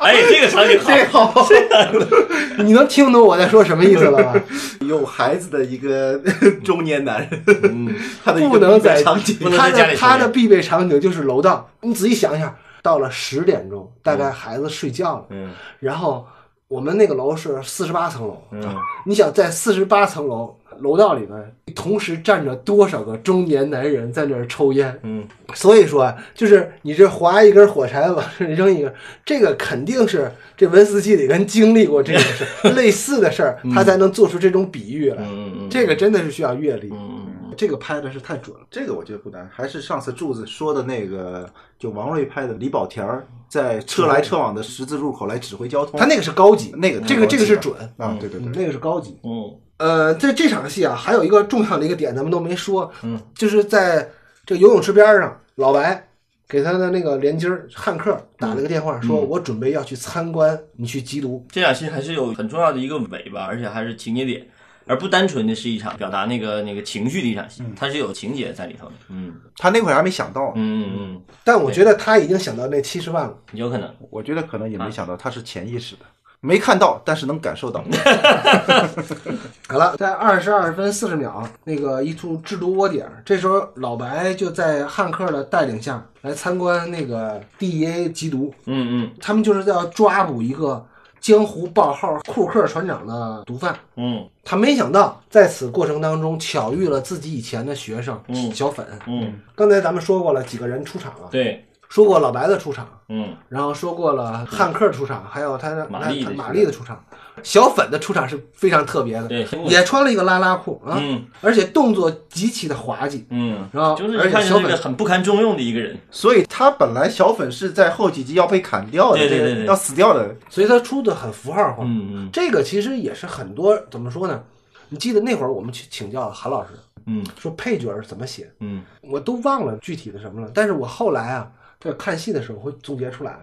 [SPEAKER 2] 哎，这个场景好，
[SPEAKER 3] 这好，
[SPEAKER 1] 你能听懂我在说什么意思了吧？
[SPEAKER 3] <laughs> 有孩子的一个 <laughs> 中年男人，
[SPEAKER 2] 嗯
[SPEAKER 3] 他的一
[SPEAKER 1] 不
[SPEAKER 3] 个
[SPEAKER 1] 能
[SPEAKER 3] 必备
[SPEAKER 1] 在
[SPEAKER 3] 场景。
[SPEAKER 2] 不能
[SPEAKER 1] 他
[SPEAKER 2] 在家里
[SPEAKER 1] 的他
[SPEAKER 2] 抽
[SPEAKER 1] 的
[SPEAKER 2] 烟
[SPEAKER 1] 必备场景就是楼道。你仔细想一想，到了十点钟，大概孩子睡觉了，
[SPEAKER 2] 嗯
[SPEAKER 1] 然后我们那个楼是四十八层楼，啊
[SPEAKER 2] 嗯，
[SPEAKER 1] 你想在四十八层楼楼道里边，同时站着多少个中年男人在那儿抽烟？
[SPEAKER 2] 嗯，
[SPEAKER 1] 所以说啊，就是你这划一根火柴往这儿扔一根，这个 <laughs> 肯定是这文斯基里根经历过这种事
[SPEAKER 2] <laughs>
[SPEAKER 1] 儿类似的事儿，他才能做出这种比喻来。
[SPEAKER 2] 嗯嗯嗯
[SPEAKER 1] 这个真的是需要阅历，
[SPEAKER 2] 嗯
[SPEAKER 1] 这个拍的是太准了。
[SPEAKER 3] 这个我觉得不难，还是上次柱子说的那个，就王瑞拍的李保田儿在车来车往的十字路口来指挥交通。
[SPEAKER 1] 他那个是高级，
[SPEAKER 3] 那个
[SPEAKER 1] 这个这个是准，
[SPEAKER 3] 啊，对对
[SPEAKER 1] 嗯
[SPEAKER 3] 对，
[SPEAKER 1] 那个是高级。
[SPEAKER 2] 嗯
[SPEAKER 1] 呃，在这场戏啊，还有一个重要的一个点，咱们都没说，
[SPEAKER 2] 嗯，
[SPEAKER 1] 就是在这个游泳池边上，老白给他的那个连襟儿汉克打了个电话，说我准备要去参观你去缉毒，
[SPEAKER 2] 这场戏还是有很重要的一个尾巴，而且还是情节点，而不单纯的是一场表达那个那个情绪的一场戏，
[SPEAKER 1] 嗯
[SPEAKER 2] 它是有情节在里头的。嗯
[SPEAKER 3] 他那会儿还没想到，
[SPEAKER 2] 嗯嗯
[SPEAKER 1] 但我觉得他已经想到那七十万了，
[SPEAKER 2] 嗯，有可能。
[SPEAKER 3] 我觉得可能也没
[SPEAKER 2] 嗯
[SPEAKER 3] 想到，他是潜意识的，没看到，但是能感受到。 <laughs>
[SPEAKER 1] 好了，在二十二分四十秒，那个一处制毒窝点儿，这时候老白就在汉克的带领下来参观那个 DEA 缉毒，
[SPEAKER 2] 嗯
[SPEAKER 1] 他们就是要抓捕一个江湖报号库克船长的毒贩。
[SPEAKER 2] 嗯
[SPEAKER 1] 他没想到在此过程当中巧遇了自己以前的学生、
[SPEAKER 2] 嗯
[SPEAKER 1] 小粉。
[SPEAKER 2] 嗯嗯，
[SPEAKER 1] 刚才咱们说过了几个人出场了，
[SPEAKER 2] 对，
[SPEAKER 1] 说过老白的出场，
[SPEAKER 2] 嗯
[SPEAKER 1] 然后说过了汉克出场，还有他的
[SPEAKER 2] 玛丽的
[SPEAKER 1] 他
[SPEAKER 2] 出场
[SPEAKER 1] 玛丽的出场。小粉的出场是非常特别的，
[SPEAKER 2] 对，
[SPEAKER 1] 也穿了一个拉拉裤啊，
[SPEAKER 2] 嗯
[SPEAKER 1] 而且动作极其的滑稽，
[SPEAKER 2] 嗯，
[SPEAKER 1] 然后
[SPEAKER 2] 就是
[SPEAKER 1] 而
[SPEAKER 2] 一看
[SPEAKER 1] 且
[SPEAKER 2] 就
[SPEAKER 1] 小
[SPEAKER 2] 是一个
[SPEAKER 1] 粉
[SPEAKER 2] 很不堪重用的一个人，
[SPEAKER 3] 所以他本来小粉是在后几集要被砍掉的，
[SPEAKER 2] 对对对
[SPEAKER 3] 这个
[SPEAKER 2] 对
[SPEAKER 3] 要死掉的。
[SPEAKER 1] 所以他出的很符号化。
[SPEAKER 2] 嗯
[SPEAKER 1] 这个其实也是很多怎么说呢？你记得那会儿我们去请教韩老师，
[SPEAKER 2] 嗯
[SPEAKER 1] 说配角儿怎么写，
[SPEAKER 2] 嗯
[SPEAKER 1] 我都忘了具体的什么了。但是我后来啊，在看戏的时候会总结出来，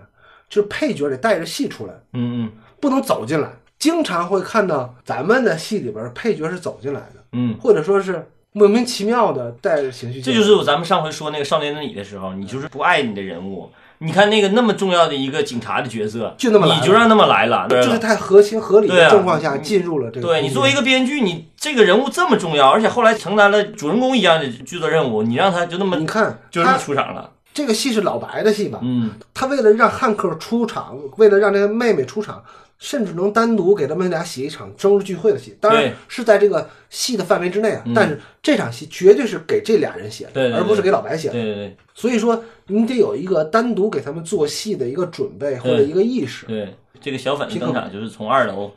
[SPEAKER 1] 就是配角得带着戏出来，
[SPEAKER 2] 嗯嗯
[SPEAKER 1] 不能走进来。经常会看到咱们的戏里边儿配角是走进来的，
[SPEAKER 2] 嗯，
[SPEAKER 1] 或者说是莫名其妙的带着情绪进
[SPEAKER 2] 这
[SPEAKER 1] 来。
[SPEAKER 2] 就是咱们上回说那个少年的你的时候，你就是不爱你的人物。你看那个那么重要的一个警察的角色，
[SPEAKER 1] 就那么来了
[SPEAKER 2] 你就让那么来了，
[SPEAKER 1] 就是太合情合理
[SPEAKER 2] 对
[SPEAKER 1] 的
[SPEAKER 2] 啊
[SPEAKER 1] 状况下进入了这个空间。
[SPEAKER 2] 对嗯你作为一个编剧，你这个人物这么重要，而且后来承担了主人公一样的剧作任务，你让他就那么
[SPEAKER 1] 你看
[SPEAKER 2] 就这么
[SPEAKER 1] 他
[SPEAKER 2] 出场了，
[SPEAKER 1] 这个戏是老白的戏吧？
[SPEAKER 2] 嗯
[SPEAKER 1] 他为了让汉克出场，为了让这个妹妹出场，甚至能单独给他们俩写一场生日聚会的戏。当然
[SPEAKER 2] 对
[SPEAKER 1] 是在这个戏的范围之内啊，
[SPEAKER 2] 嗯
[SPEAKER 1] 但是这场戏绝对是给这俩人写的，
[SPEAKER 2] 对对对
[SPEAKER 1] 而不是给老白写
[SPEAKER 2] 对
[SPEAKER 1] 的。
[SPEAKER 2] 对对
[SPEAKER 1] 所以说，你得有一个单独给他们做戏的一个准备或者一个意识。
[SPEAKER 2] 对，这个小粉的登场就是从二楼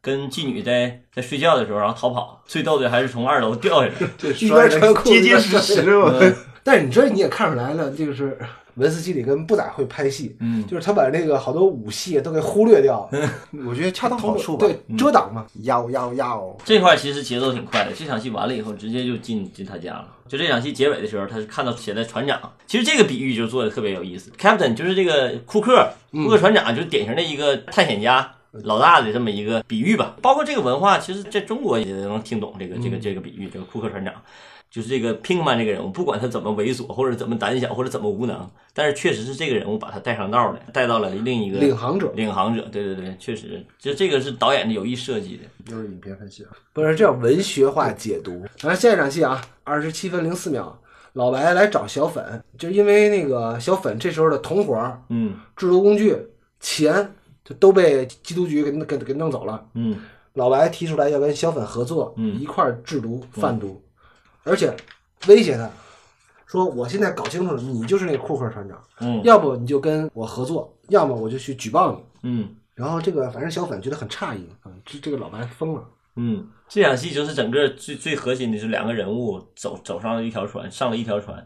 [SPEAKER 2] 跟妓女在在睡觉的时候，然后逃跑，最逗的还是从二楼掉下来，
[SPEAKER 3] 这
[SPEAKER 1] 一边穿裤子
[SPEAKER 3] 结结实实，我
[SPEAKER 1] <laughs> 但是你这你也看出来了，就是文斯基里根不咋会拍戏，
[SPEAKER 2] <laughs> 嗯
[SPEAKER 1] 就是他把那个好多武戏都给忽略掉了，
[SPEAKER 3] <laughs> 我觉得恰到嗯好处吧。
[SPEAKER 1] 对
[SPEAKER 3] 嗯
[SPEAKER 1] 遮挡嘛。
[SPEAKER 3] 呀哦呀哦呀哦！
[SPEAKER 2] 这块儿其实节奏挺快的，这场戏完了以后，直接就进进他家了。就这场戏结尾的时候，他是看到写的船长，其实这个比喻就做的特别有意思。Captain 就是这个库克，库克船长就是典型的一个探险家。老大的这么一个比喻吧，包括这个文化，其实在中国也能听懂这个这个这个比喻。这个库克船长，就是这个 Pinkman 这个人物，不管他怎么猥琐，或者怎么胆小，或者怎么无能，但是确实是这个人物把他带上道儿了，带到了另一个
[SPEAKER 1] 领航者
[SPEAKER 2] 领航者。对对对，确实，就这个是导演的有意设计的。
[SPEAKER 3] 又是影片分析啊，
[SPEAKER 1] 不是这叫文学化解读。然后下一场戏啊，二十七分零四秒，老白来找小粉，就是因为那个小粉这时候的同伙、
[SPEAKER 2] 嗯
[SPEAKER 1] 制毒工具、钱，就都被缉毒局给给给弄走了。
[SPEAKER 2] 嗯。
[SPEAKER 1] 老白提出来要跟小粉合作，
[SPEAKER 2] 嗯
[SPEAKER 1] 一块儿制毒贩毒，而且威胁他说：“我现在搞清楚了，你就是那库克船长，
[SPEAKER 2] 嗯
[SPEAKER 1] 要不你就跟我合作，要么我就去举报你。”
[SPEAKER 2] 嗯
[SPEAKER 1] 然后这个反正小粉觉得很诧异啊，这这个老白疯了。
[SPEAKER 2] 嗯，这场戏就是整个最最核心的是两个人物走走上了一条船，上了一条船，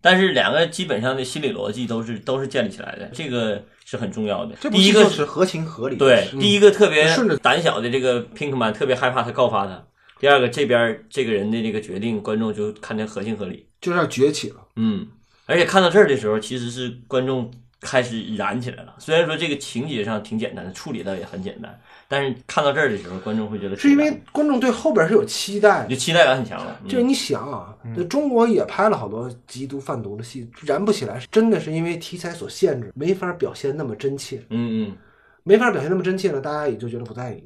[SPEAKER 2] 但是两个基本上的心理逻辑都是都是建立起来的，这个是很重要的。
[SPEAKER 3] 这部
[SPEAKER 2] 第
[SPEAKER 3] 戏
[SPEAKER 2] 一个
[SPEAKER 3] 就是合情合理。
[SPEAKER 2] 对，第一个特别
[SPEAKER 1] 顺着
[SPEAKER 2] 胆小的这个 Pinkman 特别害怕他告发他，第二个这边这个人的这个决定，观众就看得合情合理。
[SPEAKER 1] 就是要崛起了，
[SPEAKER 2] 嗯，而且看到这儿的时候，其实是观众开始燃起来了。虽然说这个情节上挺简单的，处理的也很简单，但是看到这儿的时候，观众会觉得
[SPEAKER 1] 是因
[SPEAKER 2] 挺燃
[SPEAKER 1] 为观众对后边是有期待的
[SPEAKER 2] 就。期待感很强了。嗯
[SPEAKER 1] 就是你想啊，这中国也拍了好多缉毒贩毒的戏，燃不起来，真的是因为题材所限制，没法表现那么真切，
[SPEAKER 2] 嗯嗯
[SPEAKER 1] 没法表现那么真切呢，大家也就觉得不在意，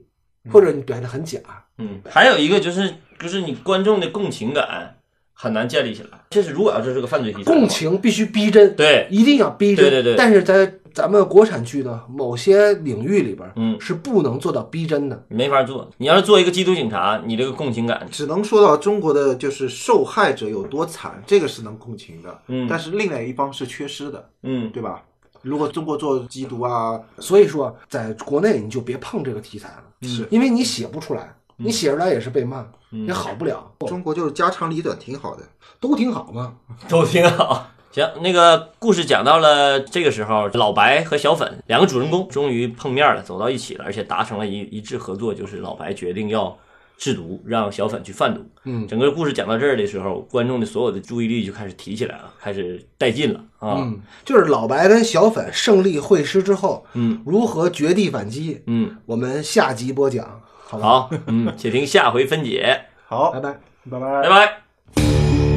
[SPEAKER 1] 或者你表现的很假。
[SPEAKER 2] 嗯，还有一个就是就是你观众的共情感很难建立起来。这是如果要是这个犯罪题材的话，
[SPEAKER 1] 共情必须逼真，
[SPEAKER 2] 对
[SPEAKER 1] 一定要逼真。
[SPEAKER 2] 对对对
[SPEAKER 1] 但是在咱们国产剧的某些领域里边，
[SPEAKER 2] 嗯
[SPEAKER 1] 是不能做到逼真的。
[SPEAKER 2] 你没法做。你要是做一个缉毒警察，你这个共情感，
[SPEAKER 3] 只能说到中国的就是受害者有多惨，这个是能共情的。
[SPEAKER 2] 嗯
[SPEAKER 3] 但是另外一方是缺失的，
[SPEAKER 2] 嗯
[SPEAKER 3] 对吧？如果中国做缉毒啊，
[SPEAKER 1] 所以说，在国内你就别碰这个题材了，
[SPEAKER 2] 嗯
[SPEAKER 3] 是
[SPEAKER 1] 因为你写不出来，你写出来也是被骂，也好不了，
[SPEAKER 3] 中国就是家长里短，挺好的。
[SPEAKER 1] 都挺好嘛。
[SPEAKER 2] 都挺好。行，那个故事讲到了这个时候，老白和小粉两个主人公终于碰面了，走到一起了，而且达成了一一致合作，就是老白决定要制毒，让小粉去贩毒。
[SPEAKER 1] 嗯
[SPEAKER 2] 整个故事讲到这儿的时候，观众的所有的注意力就开始提起来了，开始带劲了啊。
[SPEAKER 1] 嗯，就是老白跟小粉胜利会师之后，
[SPEAKER 2] 嗯，
[SPEAKER 1] 如何绝地反击？
[SPEAKER 2] 嗯，
[SPEAKER 1] 我们下集播讲，好吧？
[SPEAKER 2] 好，嗯，且听下回分解，
[SPEAKER 3] 好
[SPEAKER 1] 拜，拜。
[SPEAKER 3] 拜
[SPEAKER 2] 拜
[SPEAKER 3] 拜。
[SPEAKER 2] 拜。